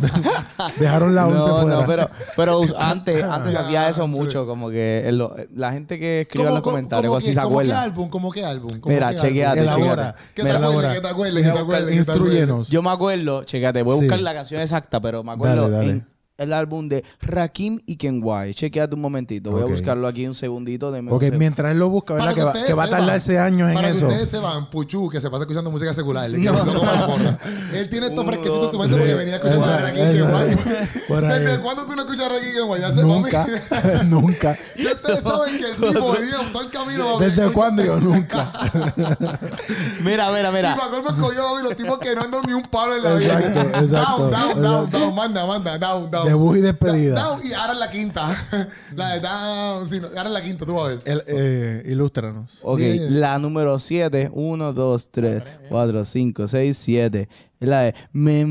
Speaker 2: Dejaron la once
Speaker 3: No,
Speaker 2: fuera.
Speaker 3: no, pero, pero us- antes, antes se hacía eso
Speaker 1: Ya,
Speaker 3: mucho, como que en lo- la gente que escribía en los comentarios,
Speaker 1: ¿Cómo
Speaker 3: así se
Speaker 1: qué
Speaker 3: acuerda.
Speaker 1: álbum? ¿Cómo qué álbum? ¿Cómo
Speaker 3: Mira,
Speaker 1: qué
Speaker 3: chequéate,
Speaker 1: álbum?
Speaker 2: chequéate.
Speaker 1: Elabora. Que te
Speaker 3: Mira,
Speaker 1: acuerdes,
Speaker 2: elabora.
Speaker 1: que te acuerdes, que te acuerdes. que te acuerdes.
Speaker 2: Instruyenos.
Speaker 3: Yo me acuerdo, checate, voy a
Speaker 2: Sí.
Speaker 3: buscar la canción exacta, pero me acuerdo
Speaker 2: Dale, dale.
Speaker 3: en el álbum de Rakim y Kenway. Chequeate un momentito, voy
Speaker 2: Ok.
Speaker 3: a buscarlo aquí un segundito. De
Speaker 2: Ok, mientras él lo busca,
Speaker 1: Para
Speaker 2: ¿verdad? Que va,
Speaker 1: ustedes
Speaker 2: que va a
Speaker 1: sepan,
Speaker 2: tardarse años en
Speaker 1: para
Speaker 2: eso.
Speaker 1: que ustedes sepan, Puchu, que se pasa escuchando música secular. que es loco para la porra. Él tiene estos
Speaker 3: Uno,
Speaker 1: fresquecitos en su mente porque venía escuchando a
Speaker 2: Esa-
Speaker 1: Rakim
Speaker 2: esa- por ahí.
Speaker 1: ¿Desde cuándo tú no escuchas a Rakim Guay? Ya sé,
Speaker 2: Nunca,
Speaker 1: mami.
Speaker 2: nunca.
Speaker 1: Ya ustedes saben que el tipo venía todo el camino. mami.
Speaker 2: ¿Desde cuándo? Yo nunca.
Speaker 3: Mira, mira,
Speaker 1: Y
Speaker 3: mira.
Speaker 1: me acuerdo me cogió, mami, los tipos que no andan ni un palo en la vida.
Speaker 2: Exacto, exacto,
Speaker 1: Down, down, down,
Speaker 2: exacto.
Speaker 1: down. Manda, manda, down, down.
Speaker 2: Debut y despedida.
Speaker 1: Down, y ahora es la quinta. La de down. sí, no, ahora es la quinta, tú vas a ver.
Speaker 2: El- eh, ilústranos.
Speaker 3: Ok,
Speaker 1: Dime, dime.
Speaker 3: la número 7, 1, 2, 3, 4, 5, 6, 7. Es la de Me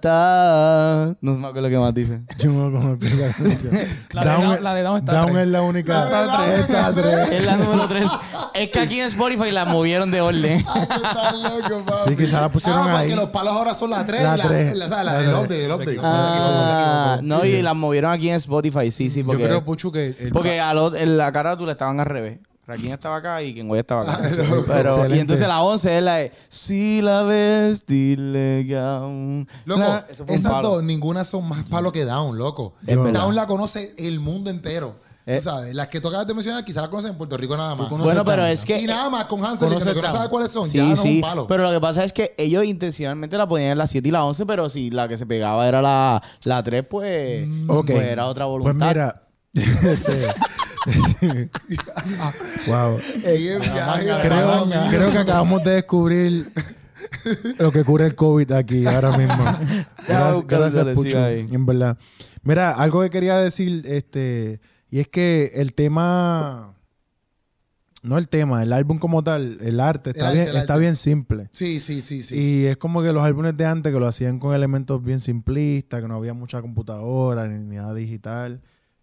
Speaker 3: mata. No me acuerdo qué más dice.
Speaker 2: Yo no conozco esa canción.
Speaker 5: La de Down- la de Down está
Speaker 2: Down
Speaker 5: tres.
Speaker 2: es la
Speaker 1: La
Speaker 2: única.
Speaker 1: de Down está
Speaker 2: Está
Speaker 1: tres.
Speaker 2: tres.
Speaker 3: Es la número 3. Es que aquí en Spotify la movieron de orden.
Speaker 1: Ay, Ah, tú estás loco, papi.
Speaker 2: Sí, quizá la pusieron
Speaker 1: ah,
Speaker 2: ahí.
Speaker 1: porque los palos ahora son las 3.
Speaker 2: La
Speaker 1: La
Speaker 2: tres.
Speaker 1: 3. La, ¿sabes? la,
Speaker 2: La
Speaker 1: el
Speaker 2: tres.
Speaker 1: update, el update.
Speaker 3: Ah, no, y la movieron aquí en Spotify, sí, sí,
Speaker 2: Yo
Speaker 3: porque,
Speaker 2: creo, Puchu, que. el-
Speaker 3: porque a los- en la carátula estaban al revés. Raquín estaba acá y Kenway estaba
Speaker 1: Ah,
Speaker 3: acá. Pero,
Speaker 2: Excelente.
Speaker 3: y entonces la 11 es la de Si la ves, dile que aún-
Speaker 1: Loco,
Speaker 3: La- eso fue un
Speaker 1: esas
Speaker 3: palo.
Speaker 1: dos, ninguna son más palo que Down, loco.
Speaker 3: Es
Speaker 1: Down
Speaker 3: verdad.
Speaker 1: la conoce el mundo entero.
Speaker 3: Eh.
Speaker 1: Tú sabes, las que tú acabas de mencionar, quizás las conocen en Puerto Rico nada más.
Speaker 2: conoces
Speaker 3: Bueno, pero
Speaker 2: tanto.
Speaker 3: es que.
Speaker 1: Y nada más con Hansel
Speaker 2: conoces
Speaker 1: diciendo que no
Speaker 2: Down.
Speaker 1: sabe cuáles son.
Speaker 3: Sí,
Speaker 1: ya no es
Speaker 3: sí,
Speaker 1: un palo.
Speaker 3: pero lo que pasa es que ellos intencionalmente la ponían en la 7 y la 11, pero si la que se pegaba era la, la 3, pues,
Speaker 1: Mm,
Speaker 2: Ok.
Speaker 3: pues era otra voluntad.
Speaker 2: Pues mira. este- wow.
Speaker 1: Ey, es viaje,
Speaker 2: Creo,
Speaker 1: mala mía.
Speaker 2: creo que acabamos de descubrir lo que cura el COVID aquí ahora mismo. Gracias,
Speaker 3: Ya, busca lo que
Speaker 2: gracias
Speaker 3: le
Speaker 2: Puchu,
Speaker 3: siga ahí.
Speaker 2: en verdad. Mira, algo que quería decir, este, y es que el tema, no el tema, el álbum como tal, el arte, está,
Speaker 1: arte,
Speaker 2: bien,
Speaker 1: el
Speaker 2: está
Speaker 1: arte.
Speaker 2: bien simple.
Speaker 1: Sí, sí, sí, sí.
Speaker 2: Y es como que los álbumes de antes que lo hacían con elementos bien simplistas, que no había mucha computadora ni, ni nada digital.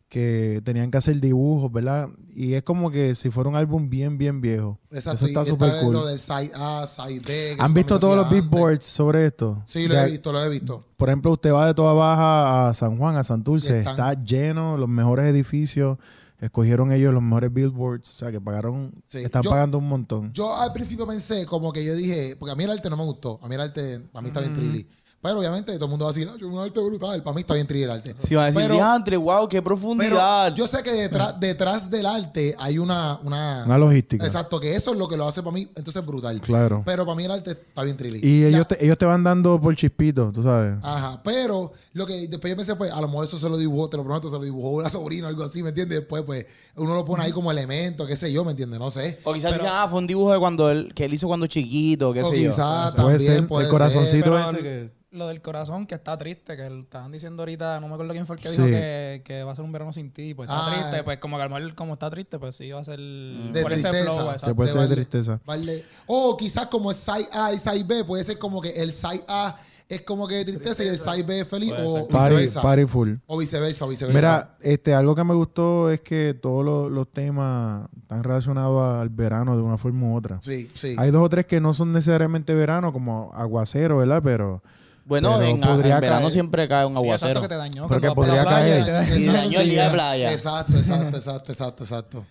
Speaker 2: que tenían que hacer dibujos, ¿verdad? Y es como que si fuera un álbum bien, bien viejo.
Speaker 1: Exacto,
Speaker 2: Eso está
Speaker 1: y
Speaker 2: súper cool.
Speaker 1: Lo del side A, side B. que
Speaker 2: ¿Han
Speaker 1: eso
Speaker 2: visto
Speaker 1: también
Speaker 2: todos
Speaker 1: se
Speaker 2: los
Speaker 1: hacía antes.
Speaker 2: billboards sobre esto?
Speaker 1: Sí, lo
Speaker 2: Ya-
Speaker 1: he visto, lo he visto.
Speaker 2: por ejemplo, usted va de toda baja a San Juan, a Santurce,
Speaker 1: Y están-
Speaker 2: está lleno, los mejores edificios, escogieron ellos los mejores billboards, o sea, que pagaron,
Speaker 1: Sí,
Speaker 2: están
Speaker 1: yo-
Speaker 2: pagando un montón.
Speaker 1: Yo al principio pensé, como que yo dije, porque a mí el arte no me gustó. A mí el arte, para mí está bien trilly. Pero obviamente todo el mundo va a decir, ah, yo un arte brutal. Para mí está bien trilly el arte.
Speaker 3: Si van a decir,
Speaker 1: Pero-
Speaker 3: diantre, wow, qué
Speaker 1: Pero
Speaker 3: profundidad.
Speaker 1: yo sé que detrás, detrás del arte hay una, una,
Speaker 2: Una logística.
Speaker 1: Exacto, que eso es lo que lo hace para mí, entonces brutal.
Speaker 2: Claro.
Speaker 1: Pero para mí el arte está bien trilly.
Speaker 2: Y
Speaker 1: Ya.
Speaker 2: ellos te, ellos te van dando por chispito, tú sabes.
Speaker 1: Ajá, pero lo que después yo pensé pues a lo mejor eso se lo dibujó, te lo prometo, se lo dibujó una sobrina o algo así, ¿me entiendes? Después, pues, uno lo pone ahí como elemento, qué sé yo, ¿me entiendes? No sé.
Speaker 3: o quizás
Speaker 1: Pero-
Speaker 3: dicen, ah, fue un dibujo de cuando él, que él hizo cuando chiquito, qué
Speaker 1: o
Speaker 3: sé yo.
Speaker 1: quizás
Speaker 2: puede
Speaker 1: también,
Speaker 2: ser
Speaker 1: puede
Speaker 2: el
Speaker 1: ser.
Speaker 2: corazoncito
Speaker 5: Pero
Speaker 2: ese
Speaker 5: el-
Speaker 2: que...
Speaker 5: Lo del corazón que está triste, que lo estaban diciendo ahorita, no me acuerdo quién fue el que
Speaker 2: Sí.
Speaker 5: dijo que, que va a ser un verano sin ti, pues está
Speaker 1: Ah, eh.
Speaker 5: triste, pues como que al mal- como está triste, pues sí va a ser
Speaker 1: De
Speaker 5: por ese
Speaker 1: tristeza.
Speaker 5: flow,
Speaker 2: Que
Speaker 5: exacto.
Speaker 2: puede
Speaker 1: de
Speaker 2: ser de
Speaker 1: vale.
Speaker 2: tristeza.
Speaker 1: Vale. O quizás como es side A y side B, puede ser como que el side A es como que de tristeza, y el side B es feliz, o
Speaker 2: Party,
Speaker 1: viceversa.
Speaker 2: party full.
Speaker 1: O viceversa, o viceversa.
Speaker 2: Mira, este, algo que me gustó es que todos los, los temas están relacionados al verano de una forma u otra.
Speaker 1: sí, sí.
Speaker 2: Hay dos o tres que no son necesariamente verano, como aguacero, ¿verdad? Pero
Speaker 3: Bueno,
Speaker 2: Pero
Speaker 3: en, en
Speaker 2: podría
Speaker 3: verano
Speaker 2: caer.
Speaker 3: siempre cae un
Speaker 5: Sí, exacto
Speaker 3: aguacero.
Speaker 5: que te dañó.
Speaker 2: Porque
Speaker 5: cuando
Speaker 2: podría
Speaker 5: vas para la playa
Speaker 2: caer.
Speaker 5: y te da-
Speaker 3: Y dañó el día de playa.
Speaker 1: Exacto, exacto, exacto, exacto, exacto.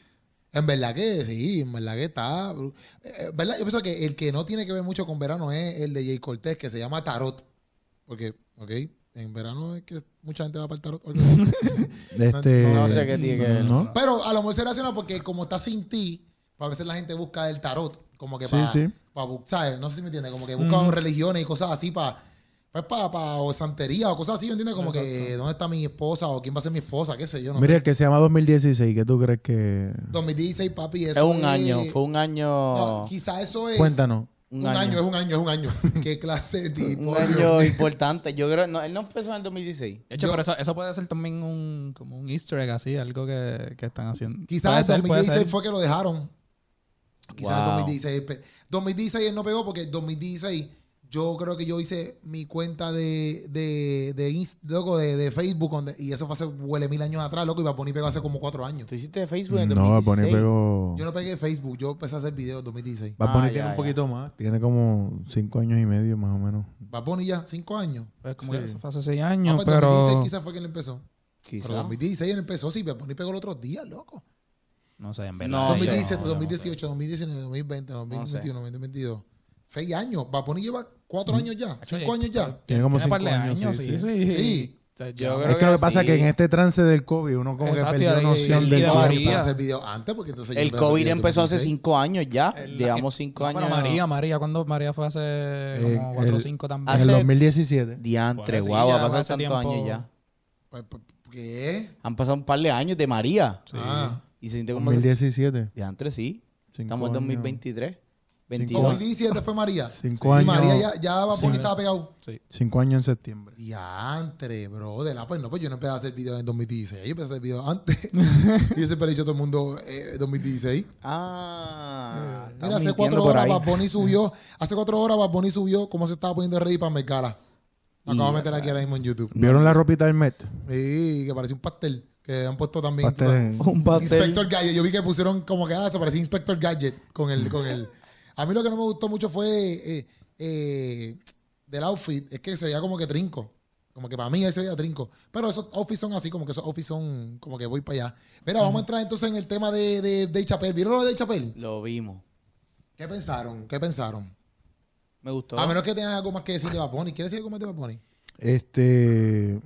Speaker 1: En verdad que sí, en verdad que está. bru- eh, eh, ¿Verdad? Yo pienso que el que no tiene que ver mucho con verano es el de Jay Cortés, que se llama Tarot. Porque, ok, en verano es que mucha gente va para el tarot. o algo así.
Speaker 2: este,
Speaker 1: no
Speaker 3: No sé qué tiene que ver.
Speaker 2: ¿no?
Speaker 1: Pero a lo mejor se relaciona porque como está sin ti, pues a veces la gente busca el tarot, como que
Speaker 2: Sí,
Speaker 1: para,
Speaker 2: sí.
Speaker 1: para bu- ¿sabes? No sé si me entiendes, como que buscan religiones y cosas así para, pues para, para o santería o cosas así, ¿me entiendes? Como que dónde está mi esposa o quién va a ser mi esposa, qué sé yo, no
Speaker 2: Mira,
Speaker 1: sé.
Speaker 2: el que se llama 2016, ¿qué tú crees que...?
Speaker 1: 2016, papi, eso
Speaker 3: Es un año, fue un año.
Speaker 1: No, quizá eso es...
Speaker 2: Cuéntanos.
Speaker 1: Un, año. es un año, es un año. ¿Qué clase de tipo?
Speaker 3: Un año importante. Yo creo, no, él no empezó en el 2016.
Speaker 5: De hecho, pero eso, eso puede ser también un, como un easter egg así, algo que, que están haciendo. Puede
Speaker 1: Quizás
Speaker 5: ser,
Speaker 1: en
Speaker 5: puede
Speaker 1: 2016
Speaker 5: ser.
Speaker 1: fue que lo dejaron. Quizás
Speaker 3: Wow.
Speaker 1: en 2016. pe- 2016 él no pegó porque en 2016 yo creo que yo hice mi cuenta de, de, de, Inst- loco, de, de Facebook donde- y eso fue hace huele mil años atrás, loco, y Bad Bunny pegó hace como cuatro años.
Speaker 3: ¿Tú hiciste Facebook en el
Speaker 2: No, va a
Speaker 3: 2016?
Speaker 2: poner pegó...
Speaker 1: Yo no pegué Facebook, yo empecé a hacer videos en 2016.
Speaker 2: Va a poner
Speaker 3: Ah,
Speaker 2: tiene
Speaker 3: ya,
Speaker 2: un poquito más. Tiene como cinco años y medio más o menos.
Speaker 1: Bad Bunny ya, cinco años.
Speaker 5: Pues como que
Speaker 2: Sí.
Speaker 5: eso fue hace seis
Speaker 1: No,
Speaker 5: años,
Speaker 1: pues
Speaker 5: pero...
Speaker 1: 2016 quizás fue que él empezó.
Speaker 3: Quizá.
Speaker 1: Pero 2016 él empezó, sí, Bad Bunny pegó los otros días, loco.
Speaker 5: No sé, en verdad.
Speaker 3: No,
Speaker 5: sé.
Speaker 1: 2017,
Speaker 3: no, no,
Speaker 1: 2018, 2019, 2020, 2021, 2022. Seis años. Bad Bunny lleva cuatro años ya,
Speaker 5: Hacho, eh,
Speaker 1: cinco
Speaker 5: ya-
Speaker 1: años ya.
Speaker 2: Tiene como
Speaker 5: Tiene
Speaker 2: cinco
Speaker 5: par de
Speaker 2: años.
Speaker 5: años,
Speaker 2: sí,
Speaker 5: sí,
Speaker 2: sí.
Speaker 5: sí.
Speaker 1: Sí.
Speaker 5: O sea,
Speaker 3: Yo
Speaker 5: yo
Speaker 3: creo
Speaker 2: Es que lo que
Speaker 3: que
Speaker 2: pasa es que
Speaker 3: sí.
Speaker 2: en este trance del COVID uno como
Speaker 5: Exacto,
Speaker 2: que
Speaker 5: y
Speaker 2: perdió
Speaker 5: ahí-
Speaker 2: noción
Speaker 5: y
Speaker 2: del
Speaker 5: de
Speaker 2: tiempo.
Speaker 5: María.
Speaker 1: Para hacer videos antes, porque entonces yo
Speaker 3: El
Speaker 1: empecé a hacer
Speaker 3: COVID
Speaker 1: videos
Speaker 3: empezó hace
Speaker 1: 2016.
Speaker 3: cinco años ya.
Speaker 5: El-
Speaker 3: Llevamos cinco
Speaker 5: No,
Speaker 3: años.
Speaker 5: Pero María, María, cuando María fue hace
Speaker 2: Eh,
Speaker 5: como 4 o
Speaker 2: el-
Speaker 5: 5 también.
Speaker 2: En el
Speaker 3: Hace-
Speaker 2: 2017.
Speaker 3: Diantre,
Speaker 5: Bueno, sí,
Speaker 3: guau,
Speaker 5: ya
Speaker 3: ha pasado
Speaker 5: hace
Speaker 3: tantos
Speaker 5: tiempo.
Speaker 3: años ya.
Speaker 1: Pa- pa- pa- Pues, ¿Qué?
Speaker 3: Han pasado un par de años de María.
Speaker 1: Ah.
Speaker 3: Y se siente como...
Speaker 2: 2017.
Speaker 3: Diantre, sí.
Speaker 2: Cinco
Speaker 3: Estamos en
Speaker 2: años.
Speaker 3: 2023. 22.
Speaker 1: 2017 fue María.
Speaker 2: Cinco años.
Speaker 1: Y María ya, ya Bad Bunny
Speaker 5: Sí.
Speaker 1: estaba pegado.
Speaker 5: Sí.
Speaker 2: Cinco años en septiembre.
Speaker 1: Diantre, bro. De la pues no, pues yo no empecé a hacer videos en 2016. Yo empecé a hacer videos antes. y yo siempre he dicho a todo el mundo eh, 2016.
Speaker 3: Ah.
Speaker 1: Eh, Mira,
Speaker 3: estamos
Speaker 1: hace
Speaker 3: mintiendo
Speaker 1: cuatro
Speaker 3: por
Speaker 1: horas
Speaker 3: ahí.
Speaker 1: Bad Bunny subió. Hace cuatro horas Bad Bunny subió cómo se estaba poniendo ready para Mercala. Lo acabo de meter aquí ahora mismo en YouTube.
Speaker 2: ¿Vieron la ropita del Met?
Speaker 1: Sí, que parecía un pastel. Que han puesto también.
Speaker 2: Pastel.
Speaker 1: ¿sabes?
Speaker 3: Un pastel.
Speaker 1: Inspector Gadget. Yo vi que pusieron como que ah, se parecía Inspector Gadget con el, con el. A mí lo que no me gustó mucho fue eh, eh, del outfit. Es que se veía como que trinco. Como que para mí ahí se veía trinco. Pero esos outfits son así, como que esos outfits son como que voy para allá. Mira, vamos a entrar entonces en el tema de, de, de Chappelle. ¿Vieron lo de Dave Chappelle?
Speaker 3: Lo vimos.
Speaker 1: ¿Qué pensaron? ¿Qué pensaron?
Speaker 3: Me gustó.
Speaker 1: A menos que tengan algo más que decir de Bad Bunny. ¿Quieres decir algo más de Bad Bunny?
Speaker 2: Este.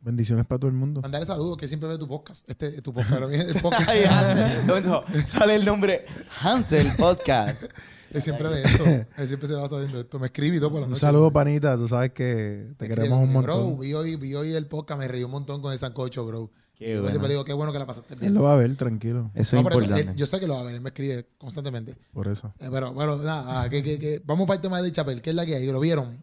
Speaker 2: Bendiciones para todo el mundo.
Speaker 1: Mandarle saludos, que siempre ve tu podcast. Este es tu podcast. pero es el podcast.
Speaker 3: Ay, Hansel. Bueno, Sale el nombre Hansel Podcast.
Speaker 1: Él siempre ve esto. Él siempre se va sabiendo esto. Me escribe y todo por la
Speaker 2: Un
Speaker 1: noche.
Speaker 2: saludo, panita. Tú sabes que te
Speaker 1: Me
Speaker 2: queremos un
Speaker 1: escribe, Este, Bro,
Speaker 2: montón.
Speaker 1: vi hoy, vi hoy el podcast, me reí un montón con el sancocho, bro.
Speaker 3: Qué
Speaker 1: yo
Speaker 3: bueno.
Speaker 1: siempre le digo, qué bueno que la pasaste bien.
Speaker 2: Él lo va a ver, tranquilo.
Speaker 3: Eso
Speaker 1: No,
Speaker 3: es
Speaker 1: por eso,
Speaker 3: importante.
Speaker 1: él- yo sé que lo va a ver, él me escribe constantemente.
Speaker 2: Por eso.
Speaker 1: Eh, pero, pero nada, que, que, que- vamos para el tema de Chapel, que es la que hay. ¿Lo vieron?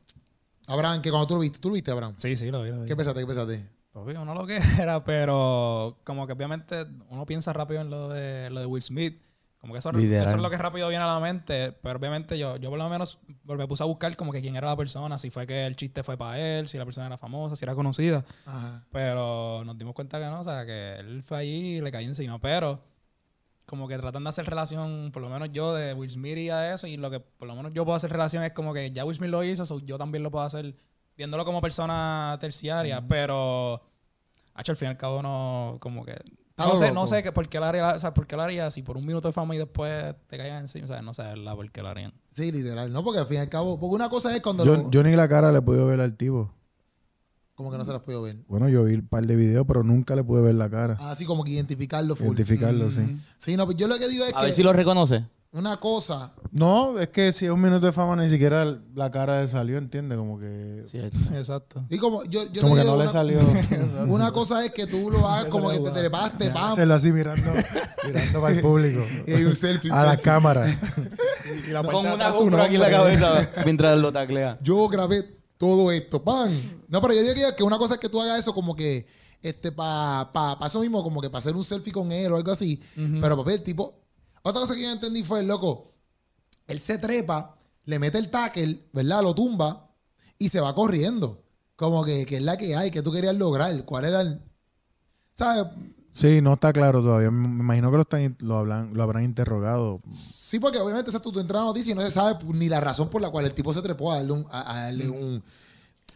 Speaker 1: Abraham, que cuando tú lo viste, ¿tú lo viste, Abraham?
Speaker 5: Sí, sí, lo vi, lo vi.
Speaker 1: ¿Qué pensaste? ¿Qué pensaste?
Speaker 5: Papi, uno lo que era, pero como que obviamente uno piensa rápido en lo de, lo de Will Smith, Como que eso,
Speaker 4: Literal.
Speaker 5: eso es lo que rápido viene a la mente. Pero obviamente yo, yo por lo menos me puse a buscar como que quién era la persona, si fue que el chiste fue para él, si la persona era famosa, si era conocida.
Speaker 1: Ajá.
Speaker 5: Pero nos dimos cuenta que no, o sea, que él fue allí y le cayó encima. Pero como que tratan de hacer relación, por lo menos yo, de Will Smith y a eso. Y lo que por lo menos yo puedo hacer relación es como que ya Will Smith lo hizo, so yo también lo puedo hacer viéndolo como persona terciaria. Pero, hacho, al fin y al cabo no, como que... No
Speaker 1: lo
Speaker 5: sé,
Speaker 1: loco.
Speaker 5: no sé que por qué lo haría, o sea, por qué lo haría, si por un minuto de fama y después te caigan encima, o sea, no sé, la verdad, por qué lo harían.
Speaker 1: Sí, literal, ¿no? Porque al fin y al cabo, porque una cosa es cuando...
Speaker 2: Yo,
Speaker 1: lo-
Speaker 2: yo ni la cara le pude ver al tipo.
Speaker 1: Como que no se las puedo ver.
Speaker 2: Bueno, yo vi un par de videos, pero nunca le pude ver la cara.
Speaker 1: Así como que identificarlo Ah, full.
Speaker 2: Identificarlo,
Speaker 5: Mm.
Speaker 2: sí.
Speaker 1: Sí, no, pero yo lo que digo es
Speaker 3: A
Speaker 1: que
Speaker 3: ver si lo reconoce.
Speaker 1: una cosa...
Speaker 2: No, es que si es un minuto de fama, ni siquiera la cara le salió, ¿entiendes? Como que.
Speaker 5: Exacto.
Speaker 1: Y como yo, yo
Speaker 2: como
Speaker 1: le
Speaker 2: que
Speaker 1: digo
Speaker 2: no le
Speaker 1: una-
Speaker 2: salió.
Speaker 1: Una cosa es que tú lo hagas como que te trepaste, pam,
Speaker 2: Hacerlo así mirando, mirando para el público.
Speaker 1: y hay Eh, un selfie.
Speaker 2: A la
Speaker 1: selfie.
Speaker 2: cámara.
Speaker 3: Con una GoPro aquí en la cabeza mientras lo taclea.
Speaker 1: Yo grabé todo esto, pan. No, pero yo diría que una cosa es que tú hagas eso como que este para pa, pa eso mismo, como que para hacer un selfie con él o algo así. Pero papi, el tipo. Otra cosa que yo no entendí fue el loco. Él se trepa, le mete el tackle, ¿verdad? Lo tumba y se va corriendo. Como que, que es la que hay, que tú querías lograr. ¿Cuál era el. ¿Sabes?
Speaker 2: Sí, no está claro todavía. Me imagino que lo, están, lo, hablan, lo habrán interrogado.
Speaker 1: Sí, porque obviamente esa tú, tú entras a la noticia y no se sabe pues, ni la razón por la cual el tipo se trepó a darle un, a, a darle un,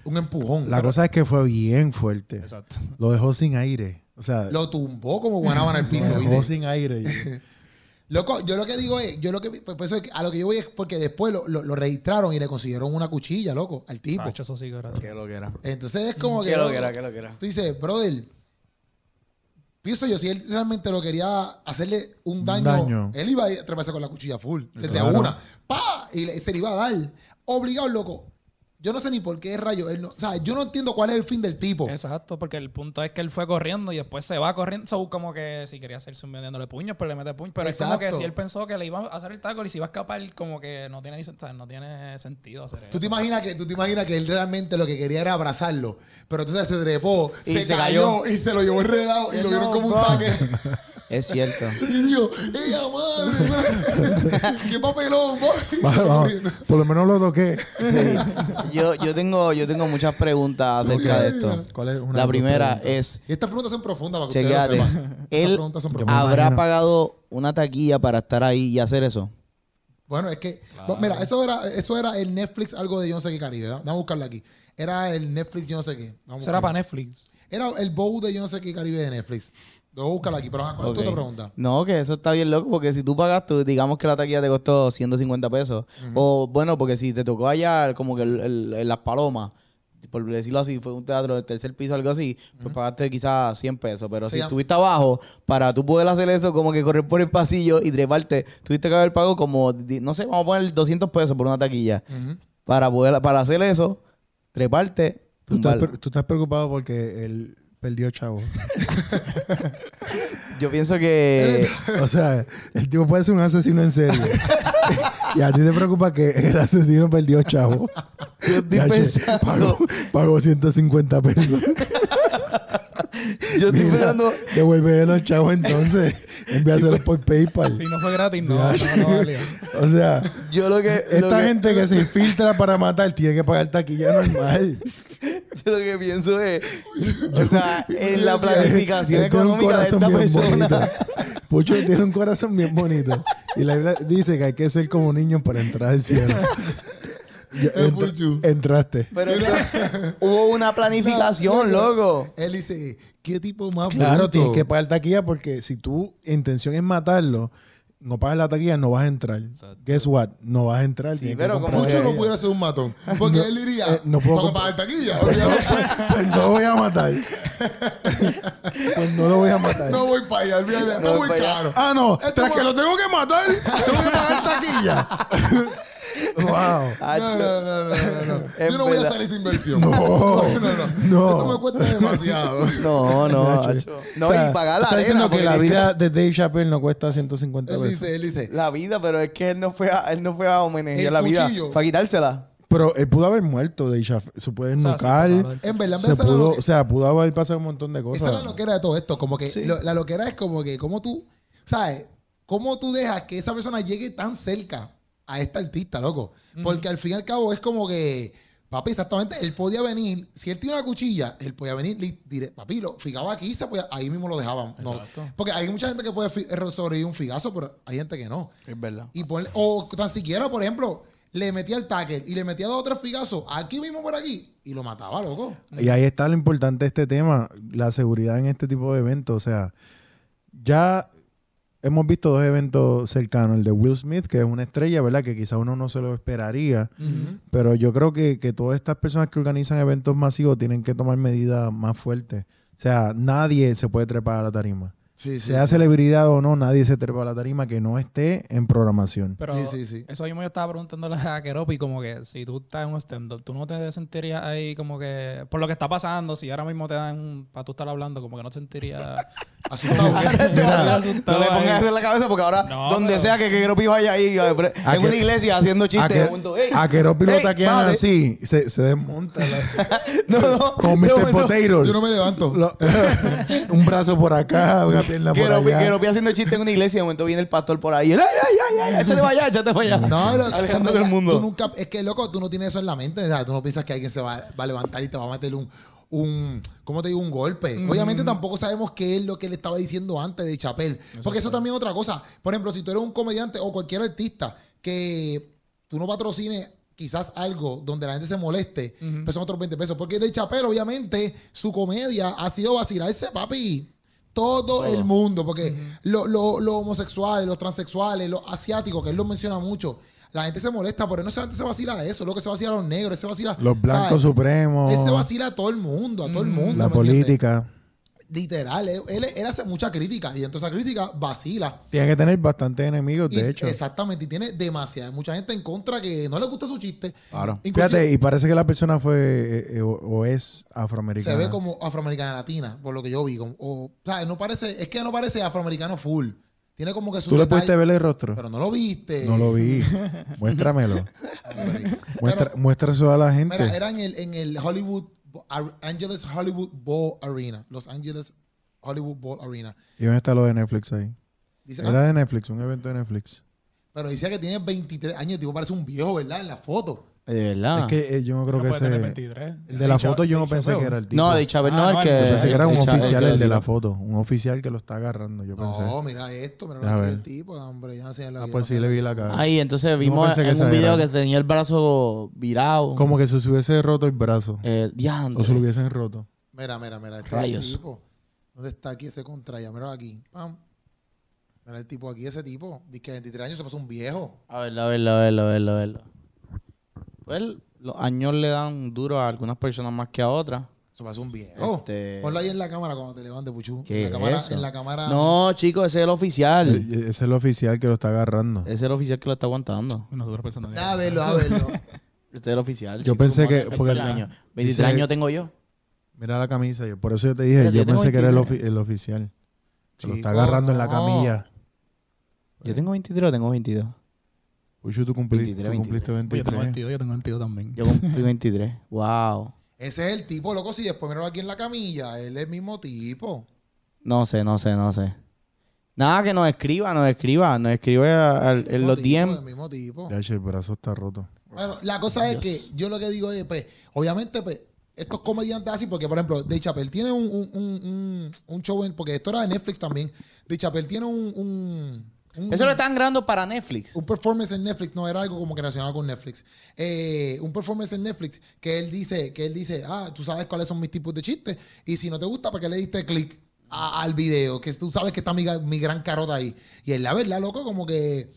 Speaker 1: un empujón.
Speaker 2: La cosa es que fue bien fuerte.
Speaker 5: Exacto.
Speaker 2: Lo dejó sin aire. O sea, lo
Speaker 1: Lo tumbó como guanaban al piso.
Speaker 2: dejó
Speaker 1: ¿viste?
Speaker 2: sin aire.
Speaker 1: Loco, yo lo que digo es, yo lo que, pues, pues, eso es que- a lo que yo voy es porque después lo, lo- lo registraron y le consiguieron una cuchilla, loco, al tipo.
Speaker 5: Hacho, eso sí que era así.
Speaker 3: Qué lo que era.
Speaker 1: Entonces es como que.
Speaker 3: Mm, Qué lo
Speaker 1: loco,
Speaker 3: que era, qué lo que era.
Speaker 1: Tú dices, brother, pienso yo, si él realmente lo quería hacerle un daño,
Speaker 2: daño.
Speaker 1: él iba a traspasar con la cuchilla full, desde
Speaker 2: Claro.
Speaker 1: una, ¡pa! Y le- se le iba a dar. Obligado, loco. Yo no sé ni por qué rayo. Él no, o sea, yo no entiendo cuál es el fin del tipo.
Speaker 5: Exacto, porque el punto es que él fue corriendo y después se va corriendo. So, como que si quería hacerse un metiéndole puños, pues le mete puños. Pero es como que
Speaker 1: Exacto.
Speaker 5: si él pensó que le iba a hacer el taco y si iba a escapar, como que no tiene, ni, sen- o sea, no tiene sentido hacer
Speaker 1: ¿Tú
Speaker 5: eso.
Speaker 1: te, imaginas que, tú te imaginas que él realmente lo que quería era abrazarlo, pero entonces se trepó,
Speaker 3: Y
Speaker 1: se,
Speaker 3: se
Speaker 1: cayó,
Speaker 3: cayó.
Speaker 1: y se lo llevó enredado y lo vieron como un
Speaker 3: No,
Speaker 1: tanque.
Speaker 3: Es cierto.
Speaker 1: Y dijo, ¡ella madre! ¡Qué papelón, papi!
Speaker 2: Va- va- por lo menos lo toqué.
Speaker 3: Sí. Yo, yo, tengo, yo tengo muchas preguntas acerca de esto.
Speaker 2: ¿Cuál es una de
Speaker 3: La
Speaker 2: tus
Speaker 3: primera
Speaker 2: preguntas?
Speaker 3: es,
Speaker 1: Y estas preguntas son profundas para que
Speaker 3: chequeate,
Speaker 1: ustedes lo sepan. Estas
Speaker 3: él
Speaker 1: preguntas son
Speaker 2: Yo me
Speaker 1: profundas.
Speaker 3: habrá
Speaker 2: imagino.
Speaker 3: pagado una taquilla para estar ahí y hacer eso.
Speaker 1: Bueno, es que, mira, eso era, eso era el Netflix algo de yo no sé qué Caribe. ¿verdad? Vamos a buscarlo aquí. Era el Netflix yo no sé qué. Vamos a
Speaker 5: Eso era para
Speaker 1: buscarlo.
Speaker 5: Netflix.
Speaker 1: Era el bow de yo no sé qué Caribe de Netflix. Debo buscarlo aquí, pero ajá, ¿cuál es tu
Speaker 3: Ok.
Speaker 1: otra pregunta?
Speaker 3: No, que eso está bien loco, porque si tú pagas, tú, digamos que la taquilla te costó 150 pesos. O bueno, porque si te tocó allá, como que el- el- el Las Palomas, por decirlo así, fue un teatro del tercer piso, algo así, pues pagaste quizás 100 pesos. Pero
Speaker 1: Se
Speaker 3: si
Speaker 1: llama-
Speaker 3: estuviste abajo, para tú poder hacer eso, como que correr por el pasillo y treparte, tuviste que haber pagado como, di- no sé, vamos a poner 200 pesos por una taquilla.
Speaker 1: Ujú.
Speaker 3: Para poder para hacer eso, treparte,
Speaker 2: Tú estás,
Speaker 3: tumbar.
Speaker 2: pre- tú estás preocupado porque él perdió chavo.
Speaker 3: Yo pienso que...
Speaker 2: Eh, O sea, el tipo puede ser un asesino en serie. y a ti te preocupa que el asesino perdió chavo.
Speaker 3: Yo estoy
Speaker 2: Ya, che,
Speaker 3: pensando-
Speaker 2: Pagó, pagó 150 pesos.
Speaker 3: yo estoy
Speaker 2: Mira,
Speaker 3: pensando...
Speaker 2: devuelve los chavos entonces. Envíaselos por PayPal.
Speaker 5: Si no fue gratis, no,
Speaker 2: Ya.
Speaker 5: no, no valía.
Speaker 2: O sea,
Speaker 3: Yo lo que... lo
Speaker 2: esta
Speaker 3: que-
Speaker 2: gente que se infiltra para matar tiene que pagar taquilla normal.
Speaker 3: Yo lo que pienso es, o sea, en la
Speaker 2: Yo decía,
Speaker 3: planificación
Speaker 2: él tiene un
Speaker 3: económica de
Speaker 2: corazón
Speaker 3: esta
Speaker 2: bien
Speaker 3: persona.
Speaker 2: bonito. Pucho tiene un corazón bien bonito. Y la Biblia dice que hay que ser como niño para entrar al cielo. Ya,
Speaker 1: Eh,
Speaker 2: entra-
Speaker 1: Puchu.
Speaker 2: entraste.
Speaker 3: Pero esto- hubo una planificación, loco.
Speaker 1: Él dice, ¿qué tipo más
Speaker 2: Claro,
Speaker 1: bruto?
Speaker 2: tienes que pagar taquilla porque si tu intención es matarlo, no pagas la taquilla, no vas a entrar. Guess what? No vas a entrar. tienes que
Speaker 3: pero
Speaker 2: comprar
Speaker 3: como-
Speaker 1: Mucho no
Speaker 2: taquilla.
Speaker 1: pudiera ser un matón. Porque él diría,
Speaker 2: eh, no puedo
Speaker 1: "Tengo que pagar
Speaker 2: comprar-
Speaker 1: taquilla.
Speaker 2: Pues no voy a matar. pues no lo voy a matar.
Speaker 1: No voy para allá, olvídate, está
Speaker 3: voy
Speaker 1: muy
Speaker 3: para allá.
Speaker 1: caro.
Speaker 2: Ah, no.
Speaker 1: Esto
Speaker 2: Tras
Speaker 1: va-
Speaker 2: que lo tengo que matar, tengo que pagar taquilla. wow.
Speaker 3: Ah,
Speaker 1: No,
Speaker 3: chico.
Speaker 1: no, no, no, no, no.
Speaker 3: Es
Speaker 1: Yo no voy a
Speaker 3: verdad.
Speaker 1: hacer esa inversión.
Speaker 2: No.
Speaker 1: no, no.
Speaker 2: No.
Speaker 1: Eso me cuesta demasiado.
Speaker 3: No, no, acho. No,
Speaker 2: O sea,
Speaker 3: y pagar la
Speaker 2: Está diciendo
Speaker 3: arena.
Speaker 2: que
Speaker 3: porque
Speaker 2: la
Speaker 3: tiene-
Speaker 2: vida de Dave Chappelle no cuesta 150
Speaker 1: él
Speaker 2: pesos.
Speaker 1: dice, él dice.
Speaker 3: La vida, pero es que él no fue a, él no fue a homenajear
Speaker 1: El
Speaker 3: la vida.
Speaker 1: cuchillo.
Speaker 3: Fue a quitársela.
Speaker 2: Pero él pudo haber muerto, Dave Chappelle. Se puede
Speaker 5: O sea,
Speaker 2: nucar.
Speaker 5: sí, pasaba.
Speaker 1: En verdad, en verdad,
Speaker 2: se
Speaker 1: esa era
Speaker 2: pudo,
Speaker 1: lo
Speaker 2: o
Speaker 1: que-
Speaker 2: sea, pudo haber pasado un montón de
Speaker 1: esa
Speaker 2: cosas.
Speaker 1: era la loquera de todo esto. Como que lo- la loquera es como que, como tú, ¿sabes? ¿Cómo tú dejas que esa persona llegue tan cerca a esta artista, loco? Porque al fin y al cabo es como que, papi, exactamente, él podía venir, si él tiene una cuchilla, él podía venir, li- dire- papi, lo figaba aquí, se podía- ahí mismo lo dejaban. No.
Speaker 5: Exacto.
Speaker 1: Porque hay mucha gente que puede fi- eh, sobrevivir un figazo, pero hay gente que no.
Speaker 3: Es verdad.
Speaker 1: Y ponle- o tan siquiera, por ejemplo, le metía el tackle y le metía dos o tres figazos aquí mismo por aquí y lo mataba, loco.
Speaker 2: Y ahí está lo importante de este tema, la seguridad en este tipo de eventos. O sea, ya hemos visto dos eventos cercanos, el de Will Smith, que es una estrella, ¿verdad? Que quizá uno no se lo esperaría, pero yo creo que, que todas estas personas que organizan eventos masivos tienen que tomar medidas más fuertes. O sea, nadie se puede trepar a la tarima.
Speaker 1: Sí,
Speaker 2: sea celebridad o no, nadie se trepa a la tarima que no esté en programación.
Speaker 5: Pero
Speaker 1: Sí, sí, sí.
Speaker 5: eso mismo yo estaba preguntándole a Keropi, como que si tú estás en un stand-up, tú no te sentirías ahí como que, por lo que está pasando, si ahora mismo te dan, un- para tú estar hablando, como que no te sentirías...
Speaker 1: Asustado.
Speaker 3: no le pongas eso en la cabeza porque ahora,
Speaker 5: No,
Speaker 3: donde
Speaker 5: pero-
Speaker 3: sea que, que Gropi vaya ahí, eh, pre- en
Speaker 2: que-
Speaker 3: una iglesia haciendo
Speaker 2: A
Speaker 3: chistes.
Speaker 2: que-
Speaker 3: de momento, "Ey,
Speaker 2: A que los
Speaker 3: ey,
Speaker 2: pilotos que
Speaker 3: bájate".
Speaker 2: así, se, se desmonta la-
Speaker 3: No, no.
Speaker 2: con
Speaker 3: de
Speaker 2: Mr.
Speaker 3: momento,
Speaker 2: Potato.
Speaker 1: Yo no me levanto.
Speaker 2: Lo- un brazo por acá, una pierna por
Speaker 3: Queropi,
Speaker 2: allá.
Speaker 3: Queropi haciendo chistes en una iglesia y de momento viene el pastor por ahí. ¡Ay, ay, ay! ay échate para allá, échate para allá.
Speaker 1: No, lo-
Speaker 3: Alejandro
Speaker 1: tú-
Speaker 3: del mundo.
Speaker 1: Tú nunca, es que, loco, tú no tienes eso en la mente. O sea, tú no piensas que alguien se va, va a levantar y te va a meter un, un ¿cómo te digo? Un golpe. Obviamente tampoco sabemos qué es lo que le estaba diciendo antes de Chapel. Porque eso también es otra cosa. Por ejemplo, si tú eres un comediante o cualquier artista que tú no patrocines quizás algo donde la gente se moleste, pues son otros 20 pesos. Porque de Chapel, obviamente, su comedia ha sido vacilarse, papi. Todo el mundo, porque lo- lo- los homosexuales, los transexuales, los asiáticos, que él lo menciona mucho, la gente se molesta, pero no solamente se vacila a eso, lo que se vacila a los negros, se vacila
Speaker 2: Los blancos
Speaker 1: ¿sabes?
Speaker 2: supremos.
Speaker 1: Él se vacila a todo el mundo, a todo el mundo.
Speaker 2: La
Speaker 1: ¿me entiendes?
Speaker 2: política.
Speaker 1: Literal, él, él- él hace mucha crítica y entonces esa crítica vacila.
Speaker 2: Tiene que tener bastantes enemigos,
Speaker 1: Y-
Speaker 2: de hecho.
Speaker 1: Exactamente, y tiene demasiada, mucha gente en contra que no le gusta su chiste.
Speaker 3: Claro.
Speaker 1: Inclusive,
Speaker 2: Fíjate, y parece que la persona fue eh, eh, o, o es
Speaker 1: se
Speaker 2: afroamericana.
Speaker 1: ve como afroamericana latina, por lo que yo vi. como- o, o sea, no parece, es que no parece afroamericano full. Tiene como que su
Speaker 2: ¿Tú le
Speaker 1: detalle,
Speaker 2: pudiste ver el rostro?
Speaker 1: pero no lo viste.
Speaker 2: No lo vi. Muéstramelo. Muestra,
Speaker 1: Pero-
Speaker 2: muestra eso a la gente.
Speaker 1: Mira, era en el, en el Hollywood, Ar- Angeles Hollywood Bowl Arena. Los Angeles Hollywood Bowl Arena.
Speaker 2: ¿Y dónde está lo de Netflix ahí?
Speaker 1: Dice, ah,
Speaker 2: Era de Netflix, un evento de Netflix.
Speaker 1: pero dice que tiene 23 años. El tipo parece un viejo, ¿verdad? En la foto.
Speaker 3: De verdad.
Speaker 2: Es que eh, yo no creo
Speaker 5: Ah. No
Speaker 2: que
Speaker 5: puede tener
Speaker 2: ese...
Speaker 5: 23.
Speaker 2: El de la
Speaker 5: Dicho-
Speaker 2: foto yo no
Speaker 5: dicho,
Speaker 2: pensé
Speaker 5: pero-
Speaker 2: que era el tipo.
Speaker 3: no, de Chávez no,
Speaker 5: Ah,
Speaker 3: el
Speaker 5: no,
Speaker 3: que.
Speaker 5: el-
Speaker 2: Yo pensé que era un
Speaker 3: el Chávez,
Speaker 2: oficial el de
Speaker 3: que-
Speaker 2: la foto. Un oficial que lo está agarrando, yo pensé.
Speaker 1: No, mira esto, mira
Speaker 2: Déjame
Speaker 1: lo que el
Speaker 2: ver.
Speaker 1: tipo, hombre. Ya sé,
Speaker 2: Ah, pues sí, le vi la cara.
Speaker 3: Ahí, entonces
Speaker 2: no
Speaker 3: vimos
Speaker 2: pensé que
Speaker 3: en
Speaker 2: esa
Speaker 3: un video
Speaker 2: era.
Speaker 3: que tenía el brazo virado.
Speaker 2: Como que se se hubiese roto el brazo.
Speaker 3: Eh,
Speaker 2: O se lo
Speaker 3: diantre.
Speaker 2: hubiesen roto.
Speaker 1: Mira, mira, mira. Este
Speaker 3: Rayos.
Speaker 1: tipo. ¿Dónde está aquí ese contra? Ya, mira aquí. Pam. Mira el tipo aquí, ese tipo. Dice que 23 años se pasó un viejo.
Speaker 3: A verlo, a verlo, a verlo, a verlo, a verlo. Pues los años le dan duro a algunas personas más que a otras.
Speaker 1: Se pasó un viejo.
Speaker 3: Este-
Speaker 1: Ponlo ahí en la cámara cuando te levantes, Puchu.
Speaker 3: ¿Qué
Speaker 1: en la
Speaker 3: es
Speaker 1: cámara,
Speaker 3: eso?
Speaker 1: en la cámara.
Speaker 3: No, chicos, ese es el oficial.
Speaker 2: E- Ese es el oficial que lo está agarrando.
Speaker 3: Ese es el oficial que lo está aguantando.
Speaker 5: Nosotros pensando que...
Speaker 1: Ah, a verlo, a verlo.
Speaker 3: Este es el oficial.
Speaker 2: Yo pensé que- porque-
Speaker 3: 23 años.
Speaker 2: dice-
Speaker 3: 23 años tengo yo.
Speaker 2: Mira la camisa. Yo, por eso yo te dije,
Speaker 3: Espérate,
Speaker 2: yo
Speaker 3: yo tengo
Speaker 2: pensé que era el,
Speaker 3: 23.
Speaker 2: ofi- el oficial. Se lo está
Speaker 1: Chico,
Speaker 2: agarrando en la
Speaker 1: no.
Speaker 2: camilla.
Speaker 3: Yo tengo 23 o tengo 22.
Speaker 2: Uy, tú cumpliste
Speaker 3: 23,
Speaker 2: 23. Cumpliste
Speaker 5: Oye, Yo
Speaker 2: 23.
Speaker 5: tengo 22, yo tengo 22 también.
Speaker 3: Yo cumplí 23. Wow.
Speaker 1: Ese es el tipo, loco. Si después míralo aquí en la camilla, él es el mismo tipo.
Speaker 3: No sé, no sé, no sé. Nada, que nos escriba, nos escriba, nos escribe a- al- en
Speaker 1: Mismo
Speaker 3: los
Speaker 1: tipo,
Speaker 3: DM.
Speaker 1: El mismo tipo.
Speaker 2: Ya, che, el brazo está roto.
Speaker 1: Bueno, la cosa es que yo lo que digo es, pues, obviamente, pues, estos comediantes así, porque, por ejemplo, De Chappelle tiene un, un, un- un- un show, en- porque esto era de Netflix también. De Chappelle tiene un, un, un-
Speaker 3: Eso lo están grabando para Netflix.
Speaker 1: un performance en Netflix, no era algo como que relacionado con Netflix. Eh, un performance en Netflix que él dice, que él dice, ah, tú sabes cuáles son mis tipos de chistes. Y si no te gusta, ¿para qué le diste clic a- al video? Que tú sabes que está mi, ga- mi gran carota ahí. Y es la verdad, loco, como que.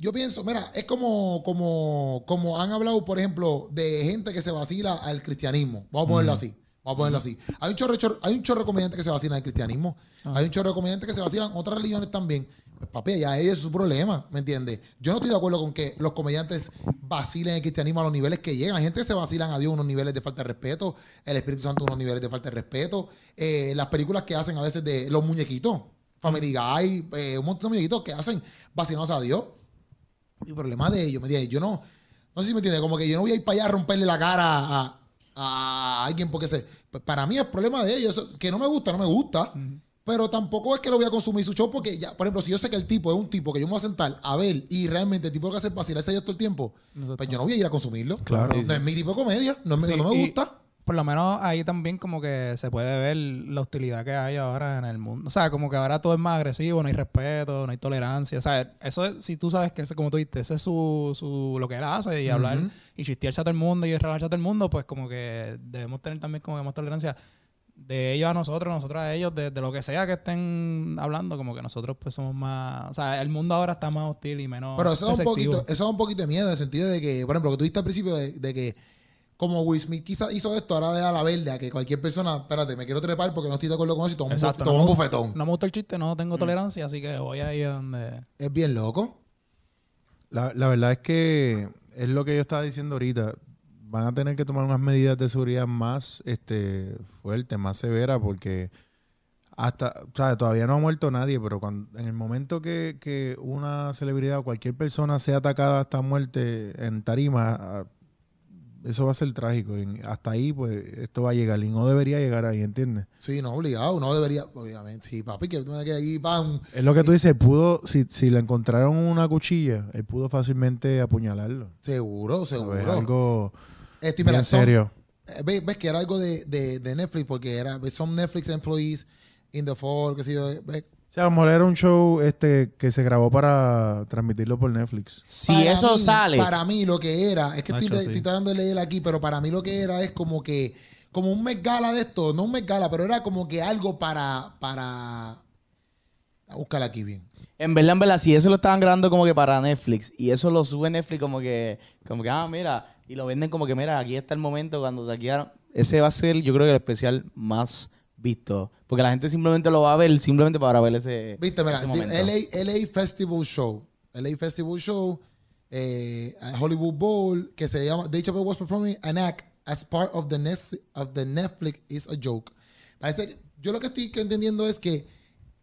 Speaker 1: Yo pienso, mira, es como, como, como han hablado, por ejemplo, de gente que se vacila al cristianismo. Vamos a ponerlo así. Vamos a ponerlo así. Hay un chorro, de chor- hay un chorro de comediantes que se vacilan al cristianismo. Hay un chorro de comediantes que se vacilan otras religiones también. Pues, papi, ya ese es su problema, ¿me entiendes? Yo no estoy de acuerdo con que los comediantes vacilen el cristianismo a los niveles que llegan. Hay gente que se vacilan a Dios a unos niveles de falta de respeto, el Espíritu Santo a unos niveles de falta de respeto, eh, las películas que hacen a veces de los muñequitos, Family Guy, eh, un montón de muñequitos que hacen vacilados a Dios mi problema de ellos, ¿me entiendes? Yo no, no sé si me entiendes, como que yo no voy a ir para allá a romperle la cara pues, a, a alguien porque se, pa- para mí es problema de ellos, eso- que no me gusta, no me gusta, Pero tampoco es que lo voy a consumir su show porque ya, por ejemplo, si yo sé que el tipo es un tipo que yo me voy a sentar a ver y realmente el tipo lo que hace es vacilarse yo todo el tiempo, pues yo no voy a ir a consumirlo.
Speaker 2: Claro.
Speaker 1: No es mi tipo de comedia, no, es mi-
Speaker 5: Sí,
Speaker 1: no me
Speaker 5: y
Speaker 1: gusta.
Speaker 5: Por lo menos ahí también como que se puede ver la utilidad que hay ahora en el mundo. O sea, como que ahora todo es más agresivo, no hay respeto, no hay tolerancia. O sea, eso es- si tú sabes que, ese, como tú dijiste, ese es su, su, lo que él hace y hablar y chistearse a todo el mundo y relajarse a todo el mundo, pues como que debemos tener también como que más tolerancia de ellos a nosotros, nosotros a ellos, de, de lo que sea que estén hablando, como que nosotros pues somos más... O sea, el mundo ahora está más hostil y menos
Speaker 1: Pero eso da, un
Speaker 5: receptivo.
Speaker 1: poquito, eso da un poquito de miedo en el sentido de que, por ejemplo, lo que tú dijiste al principio de, de que como Will Smith quizás hizo esto, ahora le da la verde a que cualquier persona, espérate, me quiero trepar porque no estoy de acuerdo con eso y toma un,
Speaker 5: Exacto,
Speaker 1: buf- toma un
Speaker 5: no-
Speaker 1: bofetón.
Speaker 5: No me gusta el chiste, no tengo tolerancia, así que voy ahí a donde...
Speaker 1: Es bien loco.
Speaker 2: La, la verdad es que es lo que yo estaba diciendo ahorita. Van a tener que tomar unas medidas de seguridad más este, fuertes, más severas, porque hasta, o sea, todavía no ha muerto nadie, pero cuando, en el momento que, que una celebridad o cualquier persona sea atacada hasta muerte en tarima, ah, eso va a ser trágico. Y hasta ahí, pues, esto va a llegar y no debería llegar ahí, ¿entiendes?
Speaker 1: Sí, no, obligado. No debería, obviamente. Sí, papi, que tú me quedas aquí, pan.
Speaker 2: Es lo que tú dices, pudo, si, si le encontraron una cuchilla, él pudo fácilmente apuñalarlo.
Speaker 1: Seguro, seguro.
Speaker 2: Es algo
Speaker 1: Este, mira,
Speaker 2: bien
Speaker 1: son-
Speaker 2: serio.
Speaker 1: eh, ve- ves que era algo de, de, de Netflix, porque era some Netflix employees in the fall, qué sé yo. ve-
Speaker 2: O sea, a lo mejor era un show este, que se grabó para transmitirlo por Netflix.
Speaker 3: Si
Speaker 1: Para
Speaker 3: eso
Speaker 1: mí,
Speaker 3: sale.
Speaker 1: Para mí lo que era, es que estoy,
Speaker 5: Nacho, sí.
Speaker 1: estoy tratando de leer aquí, pero para mí lo que era es como que, como un Met Gala de esto, no un Met Gala, pero era como que algo para, para, a buscar aquí bien.
Speaker 3: En verdad, en verdad, si eso lo estaban grabando como que para Netflix y eso lo sube Netflix como que, como que, ah, mira, y lo venden como que, mira, aquí está el momento cuando saquearon. Ese va a ser, yo creo que el especial más visto. Porque la gente simplemente lo va a ver, simplemente para ver ese.
Speaker 1: Viste, mira,
Speaker 3: ese
Speaker 1: di-
Speaker 3: momento.
Speaker 1: LA, LA Festival Show, LA Festival Show, eh, Hollywood Bowl, que se llama, The HB was performing an act as part of the, Nes- of the Netflix is a joke. Parece que, yo lo que estoy entendiendo es que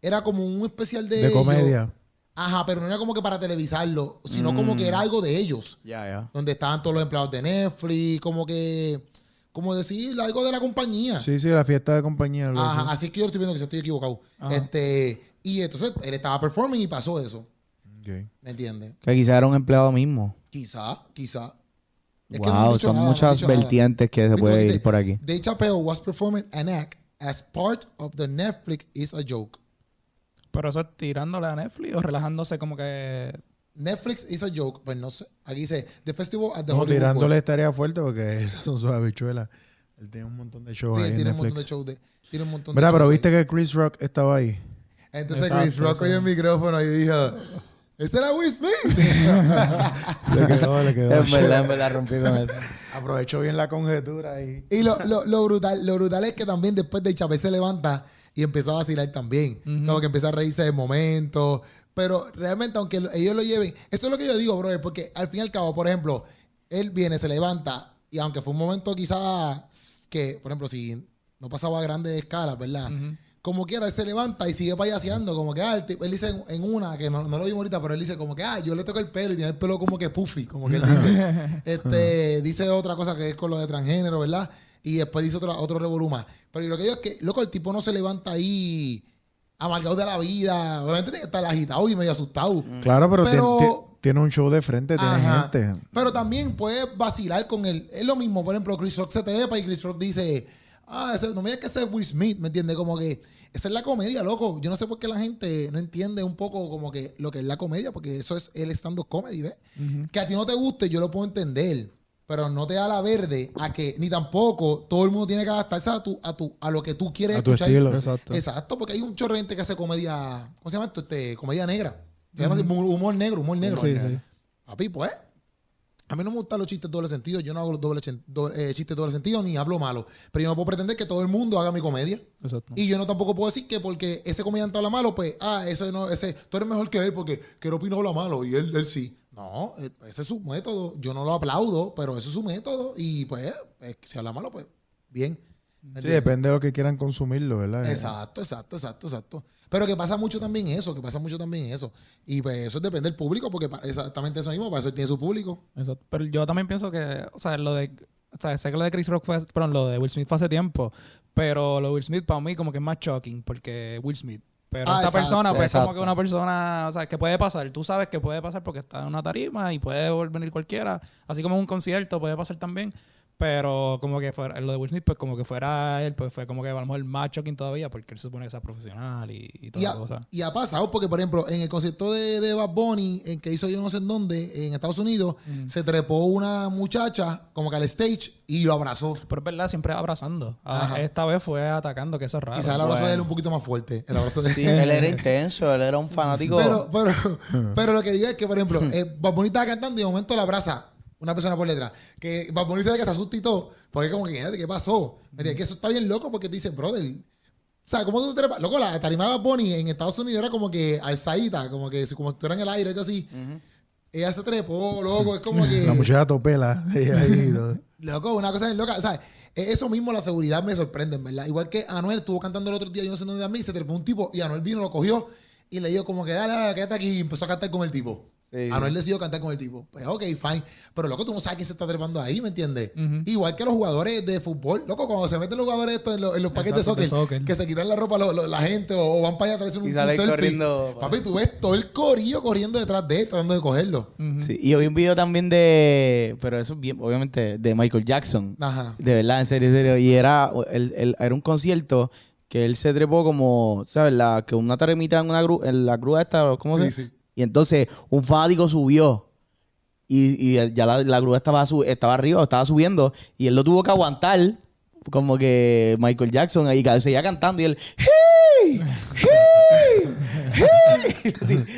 Speaker 1: era como un especial de
Speaker 2: De
Speaker 1: ellos.
Speaker 2: comedia.
Speaker 1: Ajá, pero no era como que para televisarlo, sino como que
Speaker 3: Mm.
Speaker 1: era algo de ellos.
Speaker 3: Ya, ya.
Speaker 1: Donde estaban todos los empleados de Netflix, como que, como decir, algo de la compañía.
Speaker 2: Sí, sí, la fiesta de compañía. algo
Speaker 1: Ah. Ajá,
Speaker 2: así.
Speaker 1: así que yo estoy viendo que estoy equivocado. Este, y entonces él estaba performing y pasó eso.
Speaker 2: Ok.
Speaker 1: ¿Me entiendes?
Speaker 3: Que quizá era un empleado mismo.
Speaker 1: Quizá, quizá. Es que no han
Speaker 3: Wow,
Speaker 1: dicho
Speaker 3: son
Speaker 1: nada, no han
Speaker 3: muchas
Speaker 1: dicho nada.
Speaker 3: vertientes que se
Speaker 1: ¿Viste lo que
Speaker 3: puede
Speaker 1: dice?
Speaker 3: ir por aquí.
Speaker 1: Dave Chappelle was performing an act as part of the Netflix is a joke.
Speaker 5: Pero eso es tirándole a Netflix o relajándose como que...
Speaker 1: Netflix is a joke, pues no sé. Aquí dice, the festival at the
Speaker 2: No,
Speaker 1: Hollywood
Speaker 2: tirándole estaría fuerte porque esas son sus habichuelas. Él tiene un montón de
Speaker 1: Bowl.
Speaker 2: shows
Speaker 1: Sí,
Speaker 2: ahí en
Speaker 1: tiene un
Speaker 2: Netflix.
Speaker 1: montón de shows de... Tiene un montón de
Speaker 2: Mira, pero
Speaker 1: shows ahí.
Speaker 2: viste que Chris Rock estaba ahí.
Speaker 1: Entonces
Speaker 5: Exacto,
Speaker 1: Chris Rock oyó el micrófono y dijo, ¿Este era Will Smith?
Speaker 2: Le quedó, le quedó.
Speaker 3: En verdad, en verdad, rompí con eso.
Speaker 2: Aprovechó bien la conjetura y...
Speaker 1: Y lo, lo, lo brutal, lo brutal es que también después de Chávez se levanta y empezó a vacilar también. Como que empieza a reírse de momento. Pero realmente, aunque lo- ellos lo lleven, eso es lo que yo digo, brother, porque al fin y al cabo, por ejemplo, él viene, se levanta, y aunque fue un momento quizás que, por ejemplo, si no pasaba a grandes escalas, ¿verdad? Como quiera, él se levanta y sigue payaseando, como que, ah, el tipo- él dice en, en una, que no, no lo vimos ahorita, pero él dice como que, ah, yo le toco el pelo y tiene el pelo como que puffy, como que él dice. este, dice otra cosa que es con lo de transgénero, ¿verdad? Y después dice otra, otro revoluma. Pero lo que digo es que, loco, el tipo no se levanta ahí amargado de la vida. Obviamente tiene que estar agitado y medio asustado.
Speaker 2: Claro, pero,
Speaker 1: Pero-
Speaker 2: tiene- ti- tiene un show de frente, tiene
Speaker 1: Ajá.
Speaker 2: gente.
Speaker 1: Pero también puedes vacilar con él. Es lo mismo, por ejemplo, Chris Rock se te depa y Chris Rock dice, ah, ese- no me digas que ese es Will Smith, ¿me entiendes? Como que esa es la comedia, loco. Yo no sé por qué la gente no entiende un poco como que lo que es la comedia, porque eso es el stand-up comedy, ¿ves? Que a ti no te guste, yo lo puedo entender. Pero no te da la verde a que, ni tampoco, todo el mundo tiene que adaptarse a, tu, a, tu, a lo que tú quieres
Speaker 2: A tu
Speaker 1: escuchar.
Speaker 2: estilo.
Speaker 1: Exacto. porque hay un chorro de gente que hace comedia, ¿cómo se llama esto? Este, comedia negra. Se llama así, humor negro, humor negro.
Speaker 5: Sí, sí.
Speaker 1: Papi, pues. A mí no me gustan los chistes doble sentido. Yo no hago los doble chen- do- eh, chistes doble sentido ni hablo malo. Pero yo no puedo pretender que todo el mundo haga mi comedia.
Speaker 5: Exacto.
Speaker 1: Y yo no tampoco puedo decir que porque ese comediante habla malo, pues, ah, ese no, ese, tú eres mejor que él porque Queropino habla malo y él, él sí. No, eh, ese es su método. Yo no lo aplaudo, pero ese es su método. Y pues, eh, si habla malo, pues, bien. ¿Me
Speaker 2: Sí,
Speaker 1: entiendes?
Speaker 2: depende de lo que quieran consumirlo, ¿verdad?
Speaker 1: Exacto, exacto, exacto, exacto. Pero que pasa mucho también eso, que pasa mucho también eso. Y pues eso depende del público, porque pa- exactamente eso mismo, para eso tiene su público.
Speaker 5: Exacto. Pero yo también pienso que, o sea, lo de o sea, sé que lo de Chris Rock fue, hace- perdón, lo de Will Smith fue hace tiempo, pero lo de Will Smith para mí como que es más shocking porque Will Smith. Pero
Speaker 1: Ah,
Speaker 5: esta
Speaker 1: exacto,
Speaker 5: persona, pues como que
Speaker 3: exacto.
Speaker 5: una persona, o sea, que puede pasar. Tú sabes que puede pasar porque está en una tarima y puede venir cualquiera. Así como en un concierto puede pasar también. Pero como que fuera, lo de Will Smith, pues como que fuera él, pues fue como que a lo mejor más shocking todavía porque él se supone que sea profesional y, y toda
Speaker 1: Y
Speaker 5: la
Speaker 1: ha,
Speaker 5: cosa.
Speaker 1: y ha pasado, porque por ejemplo, en el concierto de, de Bad Bunny, en que hizo yo no sé en dónde, en Estados Unidos,
Speaker 5: Mm.
Speaker 1: se trepó una muchacha como que al stage y lo abrazó.
Speaker 5: Pero es verdad, siempre abrazando. Ah,
Speaker 1: Ajá.
Speaker 5: esta vez fue atacando, que eso es raro.
Speaker 1: Quizás el abrazo
Speaker 3: bueno.
Speaker 1: de él un poquito más fuerte. El abrazo de
Speaker 3: Sí, él era intenso, él era un fanático.
Speaker 1: eh. Pero, pero, pero lo que digo es que, por ejemplo, eh, Bad Bunny estaba cantando y de momento la abraza una persona por detrás. Que Bad Bunny se ve que se asusta y todo. Porque es como que, "Mierda, ¿qué pasó? Me dice que eso está bien loco porque te dice, brother. O sea, ¿cómo tú te trepas? Loco, la tarima de Bad Bunny en Estados Unidos era como que alzadita, como que si- como si estuviera en el aire, algo así. Ella se trepó, loco, es como que.
Speaker 2: La muchacha topela. ella ahí, todo.
Speaker 1: Loco, una cosa bien loca. O sea, e- eso mismo la seguridad me sorprende, en ¿verdad? Igual que Anuel estuvo cantando el otro día, yo no sé dónde a mí, se trepó un tipo y Anuel vino, lo cogió y le dijo como que dale, dale, quédate aquí y empezó a cantar con el tipo.
Speaker 3: Sí.
Speaker 1: Anuel decidió cantar con el tipo. Pues ok, fine. Pero loco, tú no sabes quién se está trepando ahí, ¿me entiendes? Igual que los jugadores de fútbol. Loco, cuando se meten los jugadores estos en, los- en los paquetes
Speaker 5: Exacto,
Speaker 1: de
Speaker 5: de
Speaker 1: soccer,
Speaker 5: soccer.
Speaker 1: que se quitan la ropa lo- lo- la gente o, o van para allá a traerse un,
Speaker 3: Y
Speaker 1: un
Speaker 3: salen
Speaker 1: selfie.
Speaker 3: corriendo.
Speaker 1: Papi, tú ves todo el corillo corriendo detrás de él, tratando de cogerlo.
Speaker 3: Sí, y hoy un video también de. Pero eso es bien, obviamente, de Michael Jackson.
Speaker 1: Ajá.
Speaker 3: De verdad, en serio, en serio. Y era, el- el- era un concierto que él se trepó como, ¿sabes? La, que una taremita en, una grúa, en la grúa esta, ¿cómo
Speaker 1: Sí,
Speaker 3: se
Speaker 1: sí.
Speaker 3: Y entonces un fanático subió. Y, y ya la, la grúa estaba, su- estaba arriba, estaba subiendo. Y él lo tuvo que aguantar. Como que Michael Jackson ahí ca- seguía cantando. Y él, ¡Hey! ¡Hey! ¡Hey!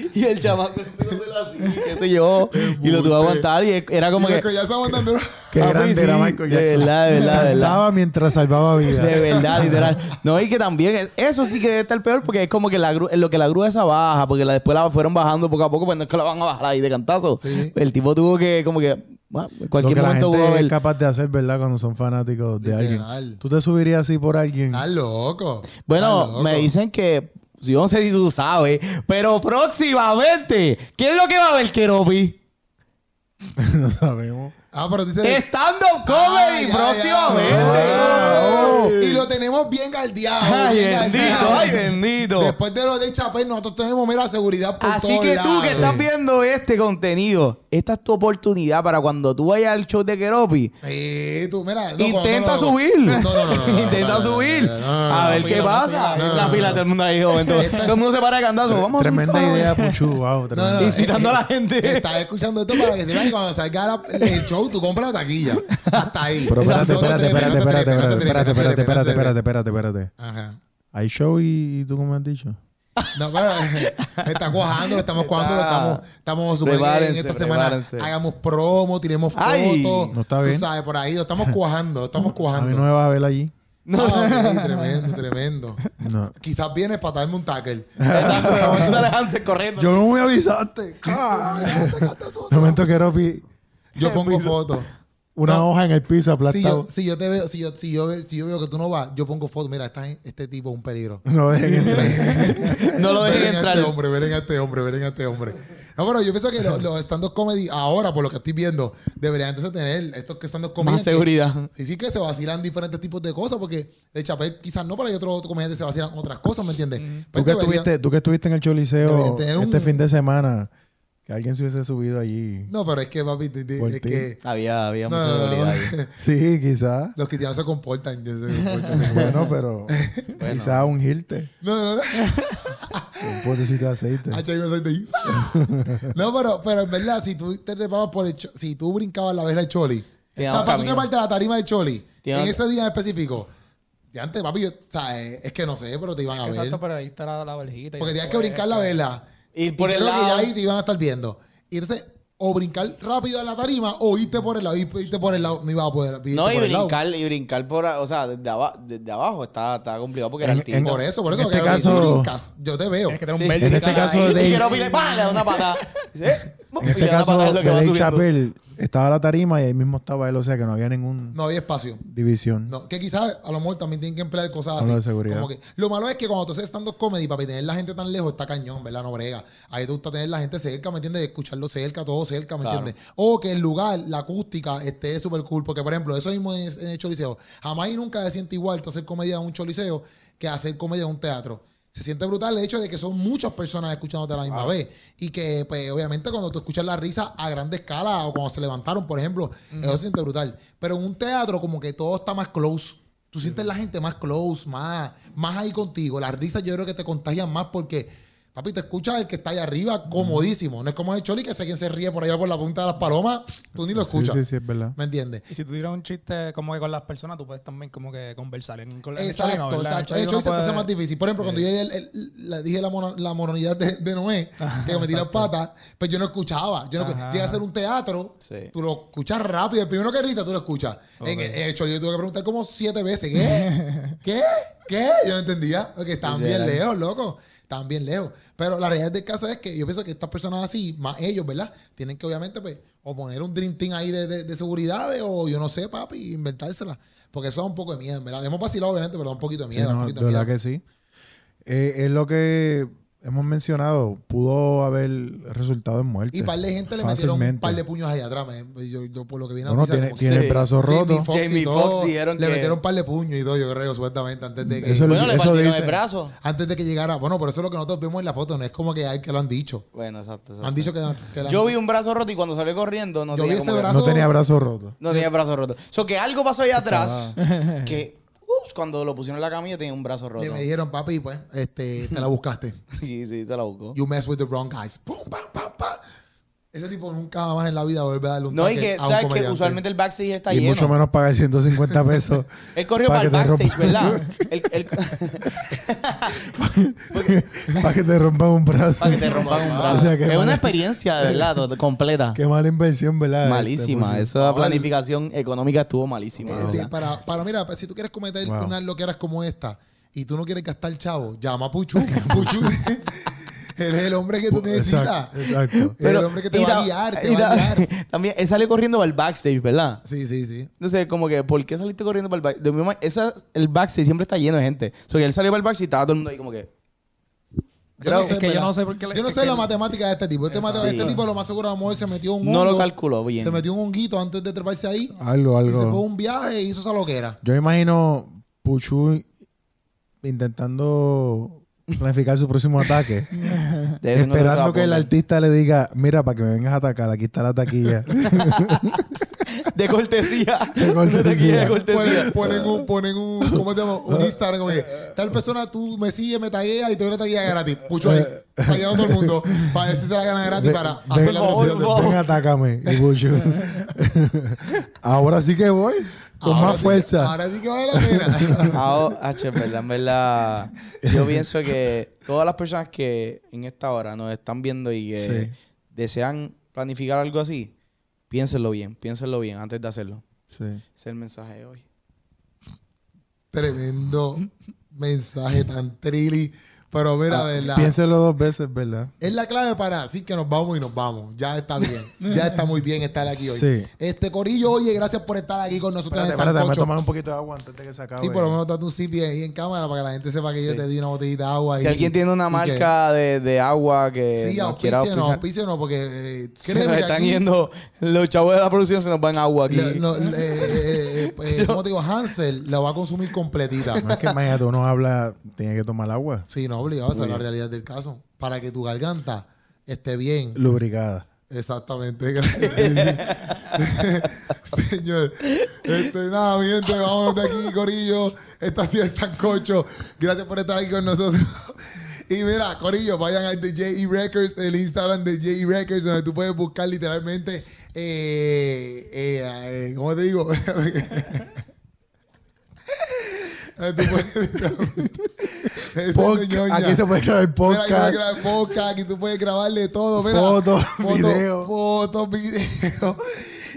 Speaker 3: y el chamaco empezó a hacerlo así. Que se yo. Y lo tuvo que aguantar. Y era como
Speaker 1: Y
Speaker 3: que.
Speaker 1: loco, ya se aguantando.
Speaker 2: Qué
Speaker 1: Ah,
Speaker 3: Papi,
Speaker 2: grande era
Speaker 3: sí,
Speaker 2: Michael
Speaker 3: De
Speaker 2: Jackson.
Speaker 3: verdad, de verdad, de verdad.
Speaker 2: Cantaba mientras salvaba
Speaker 3: De
Speaker 2: vidas.
Speaker 3: verdad, literal. No, y que también, es- eso sí que debe estar peor porque es como que la grúa, en lo que la grúa esa baja, porque la, después la fueron bajando poco a poco, pues no es que la van a bajar ahí de cantazo.
Speaker 1: Sí.
Speaker 3: El tipo tuvo que, como que, bueno, en
Speaker 2: Lo
Speaker 3: cualquier
Speaker 2: que la
Speaker 3: momento pudo
Speaker 2: gente es
Speaker 3: haber.
Speaker 2: capaz de hacer, ¿verdad? Cuando son fanáticos de alguien.
Speaker 1: Literal.
Speaker 2: Tú te subirías así por alguien.
Speaker 1: Estás loco.
Speaker 3: Mm. Bueno,
Speaker 1: Estás loco.
Speaker 3: me dicen que, si yo no sé si tú sabes, pero próximamente, ¿qué es lo que va a haber, Keropi?
Speaker 2: no sabemos.
Speaker 1: Ah, pero dice. Ah,
Speaker 3: Stand-up comedy,
Speaker 1: ya, ya.
Speaker 3: próximamente.
Speaker 1: Ah, oh. Y lo tenemos bien galdeado.
Speaker 3: Ay,
Speaker 1: bien
Speaker 3: bendito,
Speaker 1: galdeado.
Speaker 3: ay, bendito.
Speaker 1: Después de lo de Chapel, nosotros tenemos mera seguridad por
Speaker 3: Así
Speaker 1: todos
Speaker 3: que tú
Speaker 1: lados.
Speaker 3: que estás viendo este contenido, esta es tu oportunidad para cuando tú vayas al show de Keropi.
Speaker 1: Sí, tú, mira. no,
Speaker 3: Intenta
Speaker 1: cuando-
Speaker 3: subir.
Speaker 1: No, no, no, no, no,
Speaker 3: Intenta
Speaker 1: no, no,
Speaker 3: subir.
Speaker 1: no, no, no,
Speaker 3: a
Speaker 2: Ah,
Speaker 1: no,
Speaker 3: ver
Speaker 5: no,
Speaker 2: pues
Speaker 3: qué
Speaker 5: no,
Speaker 3: pasa.
Speaker 5: no,
Speaker 3: En la
Speaker 1: no,
Speaker 3: fila
Speaker 1: no.
Speaker 3: todo el mundo ahí, de momento. Todo el mundo se para de cantazo. Vamos a
Speaker 2: Tremenda
Speaker 3: subir,
Speaker 2: idea,
Speaker 3: cabrón.
Speaker 2: Puchu. Wow,
Speaker 1: No, no,
Speaker 2: tremenda.
Speaker 1: no,
Speaker 3: Incitando
Speaker 1: eh,
Speaker 3: a la gente.
Speaker 1: que Estás escuchando esto para que se vea que cuando salga la- el show, tú compras la taquilla. Hasta ahí.
Speaker 2: Pero espérate,
Speaker 1: No te
Speaker 2: espérate,
Speaker 1: trepes, no
Speaker 2: espérate,
Speaker 1: te
Speaker 2: espérate,
Speaker 1: trepes, no te
Speaker 2: espérate,
Speaker 1: trepes, no
Speaker 2: espérate,
Speaker 1: te trepes,
Speaker 2: espérate,
Speaker 1: no
Speaker 2: espérate,
Speaker 1: te trepes.
Speaker 2: espérate, espérate, espérate.
Speaker 1: Ajá.
Speaker 2: Hay show y, y tú como has dicho.
Speaker 1: No, pero eh, está cuajando, lo estamos cuajando, lo estamos, estamos super bien.
Speaker 3: Prepárense,
Speaker 1: Esta semana
Speaker 3: prepárense.
Speaker 1: hagamos promo, tiremos
Speaker 3: Ay,
Speaker 1: fotos.
Speaker 2: no está bien.
Speaker 1: Tú sabes, por ahí lo estamos cuajando, lo estamos
Speaker 2: A mí
Speaker 1: cuajando.
Speaker 2: no me vas a ver allí.
Speaker 1: Ah, ok, tremendo, tremendo.
Speaker 2: No.
Speaker 1: Quizás vienes para darme un tackle.
Speaker 3: Exacto, de momento sale Hansel corriendo.
Speaker 2: Yo no me avisaste. Ah. De momento que Ropi,
Speaker 1: Yo pongo fotos.
Speaker 2: una
Speaker 1: No.
Speaker 2: hoja en el piso
Speaker 1: Si yo,
Speaker 2: aplastado.
Speaker 1: si yo te veo, si yo, si yo, si yo veo que tú no vas, yo pongo fotos. Mira, está en- este tipo es un peligro.
Speaker 2: No dejen entrar.
Speaker 3: no lo dejen
Speaker 1: Velen a
Speaker 3: entrar.
Speaker 1: este hombre, velen a este hombre, velen a este hombre. No, pero yo pienso que lo- los, stand-up comedy, ahora, por lo que estoy viendo, deberían entonces tener estos que stand-up comedy.
Speaker 3: Más
Speaker 1: que-
Speaker 3: seguridad.
Speaker 1: Y sí que se vacilan diferentes tipos de cosas, porque de Chapel quizás no, pero hay otros comediantes que se vacilan otras cosas, ¿me entiendes?
Speaker 2: ¿Tú
Speaker 1: Pues
Speaker 2: que,
Speaker 1: debería-
Speaker 2: estuviste, tú que estuviste en el Choliseo
Speaker 1: Deberían tener un-
Speaker 2: este fin de semana, que alguien se hubiese subido allí.
Speaker 1: No, pero es que, papi, de- de-
Speaker 2: Por
Speaker 1: es
Speaker 2: ti.
Speaker 1: que
Speaker 3: Había, había
Speaker 1: No,
Speaker 3: mucha
Speaker 1: no, no.
Speaker 3: seguridad ahí.
Speaker 2: Sí, quizás.
Speaker 1: los cristianos se comportan. yo sé, se comportan.
Speaker 2: Bueno, pero quizás ungirte.
Speaker 1: No, no, no.
Speaker 2: Un potecito de aceite.
Speaker 1: Ah, yo soy de- No, pero, pero en verdad, si tú te trepabas por el cho- si tú brincabas la vela de Choli,
Speaker 3: Te
Speaker 1: o
Speaker 3: daba
Speaker 1: sea, para tú
Speaker 3: camino.
Speaker 1: treparte a la tarima de Choli,
Speaker 3: Te
Speaker 1: en
Speaker 3: daba-
Speaker 1: ese día en específico, de antes, papi, yo, o sea, eh, es que no sé, pero te iban a ver.
Speaker 5: Exacto, pero ahí está la, la verjita. y pues,
Speaker 1: porque tenías
Speaker 5: todo
Speaker 1: que brincar la
Speaker 5: esto.
Speaker 1: vela.
Speaker 3: Y por el
Speaker 1: creo que
Speaker 3: lado.
Speaker 1: ya ahí te iban a estar viendo. Y entonces, o brincar rápido a la tarima, o irte por el lado, irte irte por el lado, no iba a poder. irte
Speaker 3: No, y
Speaker 1: por el lado.
Speaker 3: brincar, y brincar por, a- o sea, desde, aba- desde abajo está, está complicado porque era
Speaker 2: En-
Speaker 3: el
Speaker 2: en-
Speaker 3: tipo.
Speaker 1: Por eso, por
Speaker 2: En
Speaker 1: eso,
Speaker 2: este
Speaker 1: porque si tú
Speaker 2: caso-
Speaker 1: brincas, yo te veo.
Speaker 5: Tienes que tener un
Speaker 3: Sí.
Speaker 5: vertical
Speaker 2: En este caso
Speaker 5: ahí.
Speaker 2: de-
Speaker 3: Y Keropi le ¡pam! le da una patada. Sí.
Speaker 2: En este caso, de Dave Chappelle estaba la tarima y ahí mismo estaba él, o sea que no había ninguna
Speaker 1: No había espacio.
Speaker 2: división.
Speaker 1: No, que quizás a lo mejor también tienen que emplear cosas así.
Speaker 2: Hablo de seguridad.
Speaker 1: Como que- lo malo es que cuando tú haces stand-up comedy, papi, tener la gente tan lejos está cañón, ¿verdad? No brega. Ahí te gusta tener la gente cerca, ¿me entiendes? Escucharlo cerca, todo cerca, ¿me
Speaker 3: Claro.
Speaker 1: entiendes? O que el lugar, la acústica, esté súper cool. Porque, por ejemplo, eso mismo es en el choliseo. Jamás y nunca se siente igual tú hacer comedia en un choliseo que hacer comedia en un teatro. Se siente brutal el hecho de que son muchas personas escuchándote a la misma vez. Y que, pues, obviamente, cuando tú escuchas la risa a grande escala o cuando se levantaron, por ejemplo, eso se siente brutal. Pero en un teatro, como que todo está más close. Tú sientes la gente más close, más, más ahí contigo. Las risas yo creo que te contagian más porque, papi, te escuchas el que está ahí arriba comodísimo. No es como el Choli, que sé quien se ríe por allá por la punta de las palomas, tú ni lo escuchas.
Speaker 2: Sí, sí, sí, es verdad.
Speaker 1: ¿Me entiendes?
Speaker 5: Y si tú tiras un chiste como que con las personas, tú puedes también como que conversar en, con
Speaker 1: Exacto, exacto. De hecho, se te hace más difícil. Por ejemplo, cuando yo el- el- le dije la, mono- la moronidad de, de Noé,
Speaker 2: Ah,
Speaker 1: que me metí las patas, pues yo no escuchaba. Yo no,
Speaker 5: Ajá.
Speaker 1: llegué a hacer un teatro,
Speaker 3: Sí.
Speaker 1: tú lo escuchas rápido. El primero que grita, tú lo escuchas. En, en el Choli yo tuve que preguntar como siete veces, ¿qué? ¿Qué? ¿Qué? Yo no entendía. Porque estaban bien lejos,
Speaker 3: Literal.
Speaker 1: loco. Estaban bien lejos. Pero la realidad del caso es que yo pienso que estas personas así, más ellos, ¿verdad? Tienen que obviamente, pues, o poner un Dream Team ahí de, de, de seguridades, o yo no sé, papi, inventársela. Porque eso da un poco de miedo, ¿verdad? Hemos vacilado, obviamente, pero da un poquito de miedo.
Speaker 2: Sí,
Speaker 1: da un
Speaker 2: no,
Speaker 1: poquito
Speaker 2: de
Speaker 1: de
Speaker 2: verdad
Speaker 1: miedo.
Speaker 2: que sí. Eh, es lo que hemos mencionado. Pudo haber resultado en muerte.
Speaker 1: Y par de gente le metieron un
Speaker 2: Fácilmente.
Speaker 1: par de puños allá atrás. me- Yo, yo por lo que vi en la
Speaker 2: No, no,
Speaker 1: noticia,
Speaker 2: tiene,
Speaker 1: como que-
Speaker 2: tiene el brazo roto.
Speaker 1: Jamie Foxx y
Speaker 3: Jamie
Speaker 1: todo,
Speaker 3: Foxx dijeron
Speaker 1: le
Speaker 3: que-
Speaker 1: metieron un par de puños y todo, yo creo, supuestamente, antes de que...
Speaker 2: Eso
Speaker 3: Bueno, le
Speaker 2: Eso
Speaker 3: partieron el
Speaker 2: dicen.
Speaker 3: brazo.
Speaker 1: Antes de que llegara... Bueno, pero eso es lo que nosotros vemos en la foto. No es como que hay que lo han dicho.
Speaker 3: Bueno, exacto. exacto.
Speaker 1: Han dicho que... que la-
Speaker 3: Yo vi un brazo roto y cuando salí corriendo no
Speaker 1: Yo vi
Speaker 3: tenía
Speaker 1: ese
Speaker 3: como que-
Speaker 1: brazo-
Speaker 2: No tenía brazo roto.
Speaker 3: No tenía el brazo roto. O so, que algo pasó ahí atrás que, ups, cuando lo pusieron en la camilla tenía un brazo roto.
Speaker 1: Y me dijeron, papi, pues, este, te la buscaste.
Speaker 3: Sí, sí, te la buscó.
Speaker 1: You mess with the wrong guys. Pum, pam, pam, pam. Ese tipo nunca más en la vida vuelve a darle un
Speaker 3: No, y
Speaker 1: tackle
Speaker 3: que,
Speaker 1: a un
Speaker 3: ¿sabes que
Speaker 1: comediante.
Speaker 3: Usualmente el backstage está
Speaker 2: Y
Speaker 3: lleno.
Speaker 2: mucho menos pagar 150 pesos.
Speaker 3: Él corrió
Speaker 2: para
Speaker 3: para, el
Speaker 2: que te
Speaker 3: backstage,
Speaker 2: rompan-
Speaker 3: ¿verdad? El- el-
Speaker 2: para que te rompan un brazo.
Speaker 3: para que te rompan un brazo.
Speaker 2: O sea, que
Speaker 3: es
Speaker 2: mala-
Speaker 3: una experiencia, de verdad, to- completa.
Speaker 2: Qué mala inversión, ¿verdad? Este, pues,
Speaker 3: Malísima.
Speaker 2: eso.
Speaker 3: Esa planificación económica estuvo malísima.
Speaker 1: Eh,
Speaker 3: de
Speaker 1: de-
Speaker 3: verdad.
Speaker 1: para, para, mira, pues, si tú quieres cometer
Speaker 2: Wow.
Speaker 1: unas loqueras como esta y tú no quieres gastar chavo, llama a Puchu. Puchu él es el hombre que tú necesitas.
Speaker 2: Exacto, exacto.
Speaker 1: Es el hombre que te
Speaker 3: y
Speaker 1: va
Speaker 3: ta-
Speaker 1: a guiar, te
Speaker 3: y
Speaker 1: va a
Speaker 3: ta-
Speaker 1: guiar.
Speaker 3: También, él salió corriendo para el backstage, ¿verdad?
Speaker 1: Sí, sí, sí.
Speaker 3: Entonces, como que, ¿por qué saliste corriendo para el backstage? De mi ma- esa- el backstage siempre está lleno de gente. O sea, que él salió para el backstage y estaba todo el mundo ahí como que...
Speaker 1: Yo
Speaker 5: Es que yo
Speaker 1: ¿verdad?
Speaker 5: no sé por qué le-
Speaker 1: Yo no
Speaker 5: es
Speaker 1: sé
Speaker 5: que-
Speaker 1: la matemática de este tipo. Este, mate-
Speaker 3: Sí.
Speaker 1: este tipo lo más seguro a lo mejor se metió un
Speaker 3: No lo
Speaker 1: hongo,
Speaker 3: calculó bien.
Speaker 1: Se metió un honguito antes de treparse ahí.
Speaker 2: Algo,
Speaker 1: Y se fue a
Speaker 2: algo.
Speaker 1: un viaje y hizo esa loquera.
Speaker 2: Yo me imagino Puchu intentando planificar su próximo ataque.
Speaker 3: De eso no se
Speaker 2: esperando
Speaker 3: va a
Speaker 2: que el
Speaker 3: poner.
Speaker 2: artista le diga, mira, para que me vengas a atacar, aquí está la taquilla.
Speaker 3: De cortesía.
Speaker 2: De cortesía.
Speaker 3: De taquilla de cortesía.
Speaker 1: Ponen, ponen un, ponen un, ¿cómo se llama? Un Instagram como que tal persona tú me sigues, me tagueas y te doy una taguilla gratis. Pucho ahí, tagueando a todo el mundo para ver si se la gana gratis
Speaker 2: Ven-
Speaker 1: para
Speaker 2: ven-
Speaker 1: hacer la
Speaker 3: por favor,
Speaker 1: presión.
Speaker 3: por favor.
Speaker 2: Ven, atácame. Y Puchu. ahora sí que voy. Con
Speaker 1: Ahora
Speaker 2: más
Speaker 1: sí que-
Speaker 2: fuerza.
Speaker 1: ahora sí que vale la pena.
Speaker 3: Ahora, ah, che, en verdad, en verdad, yo pienso que todas las personas que en esta hora nos están viendo y que
Speaker 2: Sí.
Speaker 3: desean planificar algo así, piénsenlo bien, piénsenlo bien antes de hacerlo.
Speaker 2: Sí.
Speaker 3: Ese es el mensaje de hoy.
Speaker 1: Tremendo mensaje tan trilly. Pero
Speaker 2: Ah,
Speaker 1: mira, verdad.
Speaker 2: Piénselo dos veces, ¿verdad?
Speaker 1: Es la clave para decir que nos vamos y nos vamos. Ya está bien. Ya está muy bien estar aquí hoy.
Speaker 2: Sí.
Speaker 1: Este Corillo, oye, gracias por estar aquí con nosotros
Speaker 2: Espérate,
Speaker 1: en
Speaker 2: espérate, me
Speaker 1: Sancocho.
Speaker 2: toman un poquito de agua antes de que se acabe.
Speaker 1: Sí, por lo menos date un sipi ahí en cámara para que la gente sepa que yo
Speaker 3: Sí.
Speaker 1: te di una botellita de agua.
Speaker 3: Si
Speaker 1: y-
Speaker 3: alguien tiene una
Speaker 1: y que-
Speaker 3: marca de, de agua que
Speaker 1: Sí,
Speaker 3: nos quiera
Speaker 1: auspicio no,
Speaker 3: auspiciar,
Speaker 1: auspicio no, porque eh,
Speaker 3: se
Speaker 1: créeme
Speaker 3: nos
Speaker 1: que
Speaker 3: están
Speaker 1: aquí-
Speaker 3: yendo, los chavos de la producción se nos van agua aquí.
Speaker 1: la- no, eh, eh, eh, eh, ¿Cómo te digo? Hansel la va a consumir completita.
Speaker 2: No es que imagínate, uno habla, tiene que tomar agua.
Speaker 1: Sí, no, obligado, esa es la realidad del caso. Para que tu garganta esté bien.
Speaker 2: Lubricada.
Speaker 1: Exactamente. gracias. Señor. Este, nada, mi gente, vámonos de aquí, Corillo. Esta ha sido el Sancocho. Gracias por estar aquí con nosotros. Y mira, Corillo, vayan al de JE Records, el Instagram de JE Records, donde tú puedes buscar literalmente, eh, eh, eh, ¿cómo te digo? Tú puedes literalmente- Ese
Speaker 2: Podca-
Speaker 1: ñoña.
Speaker 2: aquí se puede grabar
Speaker 1: Mira, aquí puedes
Speaker 2: podcast.
Speaker 1: grabar podcast, aquí tú puedes grabarle todo. mira.
Speaker 2: Fotos,
Speaker 1: Fotos,
Speaker 2: video.
Speaker 1: Fotos, videos.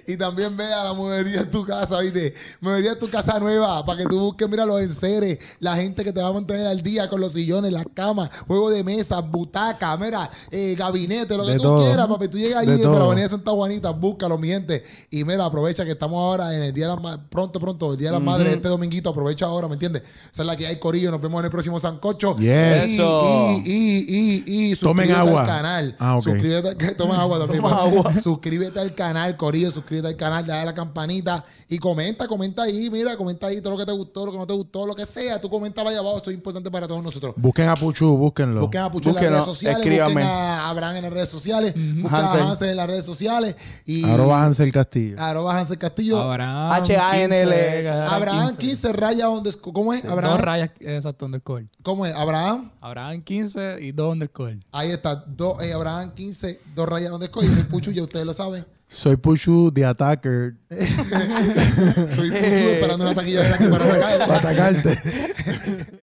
Speaker 1: Y también vea la mueblería en tu casa, ¿viste? Mueblería en tu casa nueva para que tú busques, mira, los enseres, la gente que te va a mantener al día con los sillones, las camas, juego de mesa, butaca, mira, eh, gabinete, lo que
Speaker 2: De
Speaker 1: tú
Speaker 2: todo.
Speaker 1: quieras, papi. Tú llegas allí
Speaker 2: De
Speaker 1: en la
Speaker 2: todo.
Speaker 1: avenida Santa Juanita, búscalo, mi gente. Y mira, aprovecha que estamos ahora en el Día de la Madre, pronto, pronto, el Día de la Madre, este dominguito, aprovecha ahora, ¿me entiendes? Esa es la que hay, Corillo. Nos vemos en el próximo Sancocho.
Speaker 2: Yes.
Speaker 1: Y-
Speaker 3: Eso.
Speaker 1: Y, y, y, y,
Speaker 2: Tomen
Speaker 1: suscríbete
Speaker 2: agua.
Speaker 1: al canal.
Speaker 2: Ah, ok.
Speaker 1: Suscríbete, al- que toma agua también. agua. Suscríbete al canal, Corillo, suscríbete al canal, dale a la campanita y comenta, comenta ahí, mira, comenta ahí todo lo que te gustó, lo que no te gustó, lo que sea. Tú coméntalo ahí abajo, esto es importante para todos nosotros.
Speaker 2: Busquen a Puchu, búsquenlo.
Speaker 1: Busquen a Puchu en las
Speaker 3: Búsquenlo,
Speaker 1: redes sociales,
Speaker 3: escríbame.
Speaker 1: busquen a Abraham en las redes sociales, busquen
Speaker 3: Hansel.
Speaker 1: a Hansel en las redes sociales y
Speaker 2: Arroba Hansel Castillo.
Speaker 1: arroba Hansel Castillo.
Speaker 5: Abraham.
Speaker 3: H-A-N-L.
Speaker 5: 15,
Speaker 1: Abraham 15 raya donde ¿cómo es?
Speaker 5: Dos
Speaker 1: Abraham,
Speaker 5: rayas, exacto, underscore.
Speaker 1: ¿cómo es? Abraham
Speaker 5: Abraham 15 y dos underscore.
Speaker 1: Ahí está, dos, eh, Abraham 15, dos rayas donde escogí. Soy Puchu, ya ustedes lo saben.
Speaker 2: Soy Puchu The Attacker.
Speaker 1: Soy Puchu esperando una taquilla de la que para
Speaker 2: Para
Speaker 1: atacar.
Speaker 2: atacarte.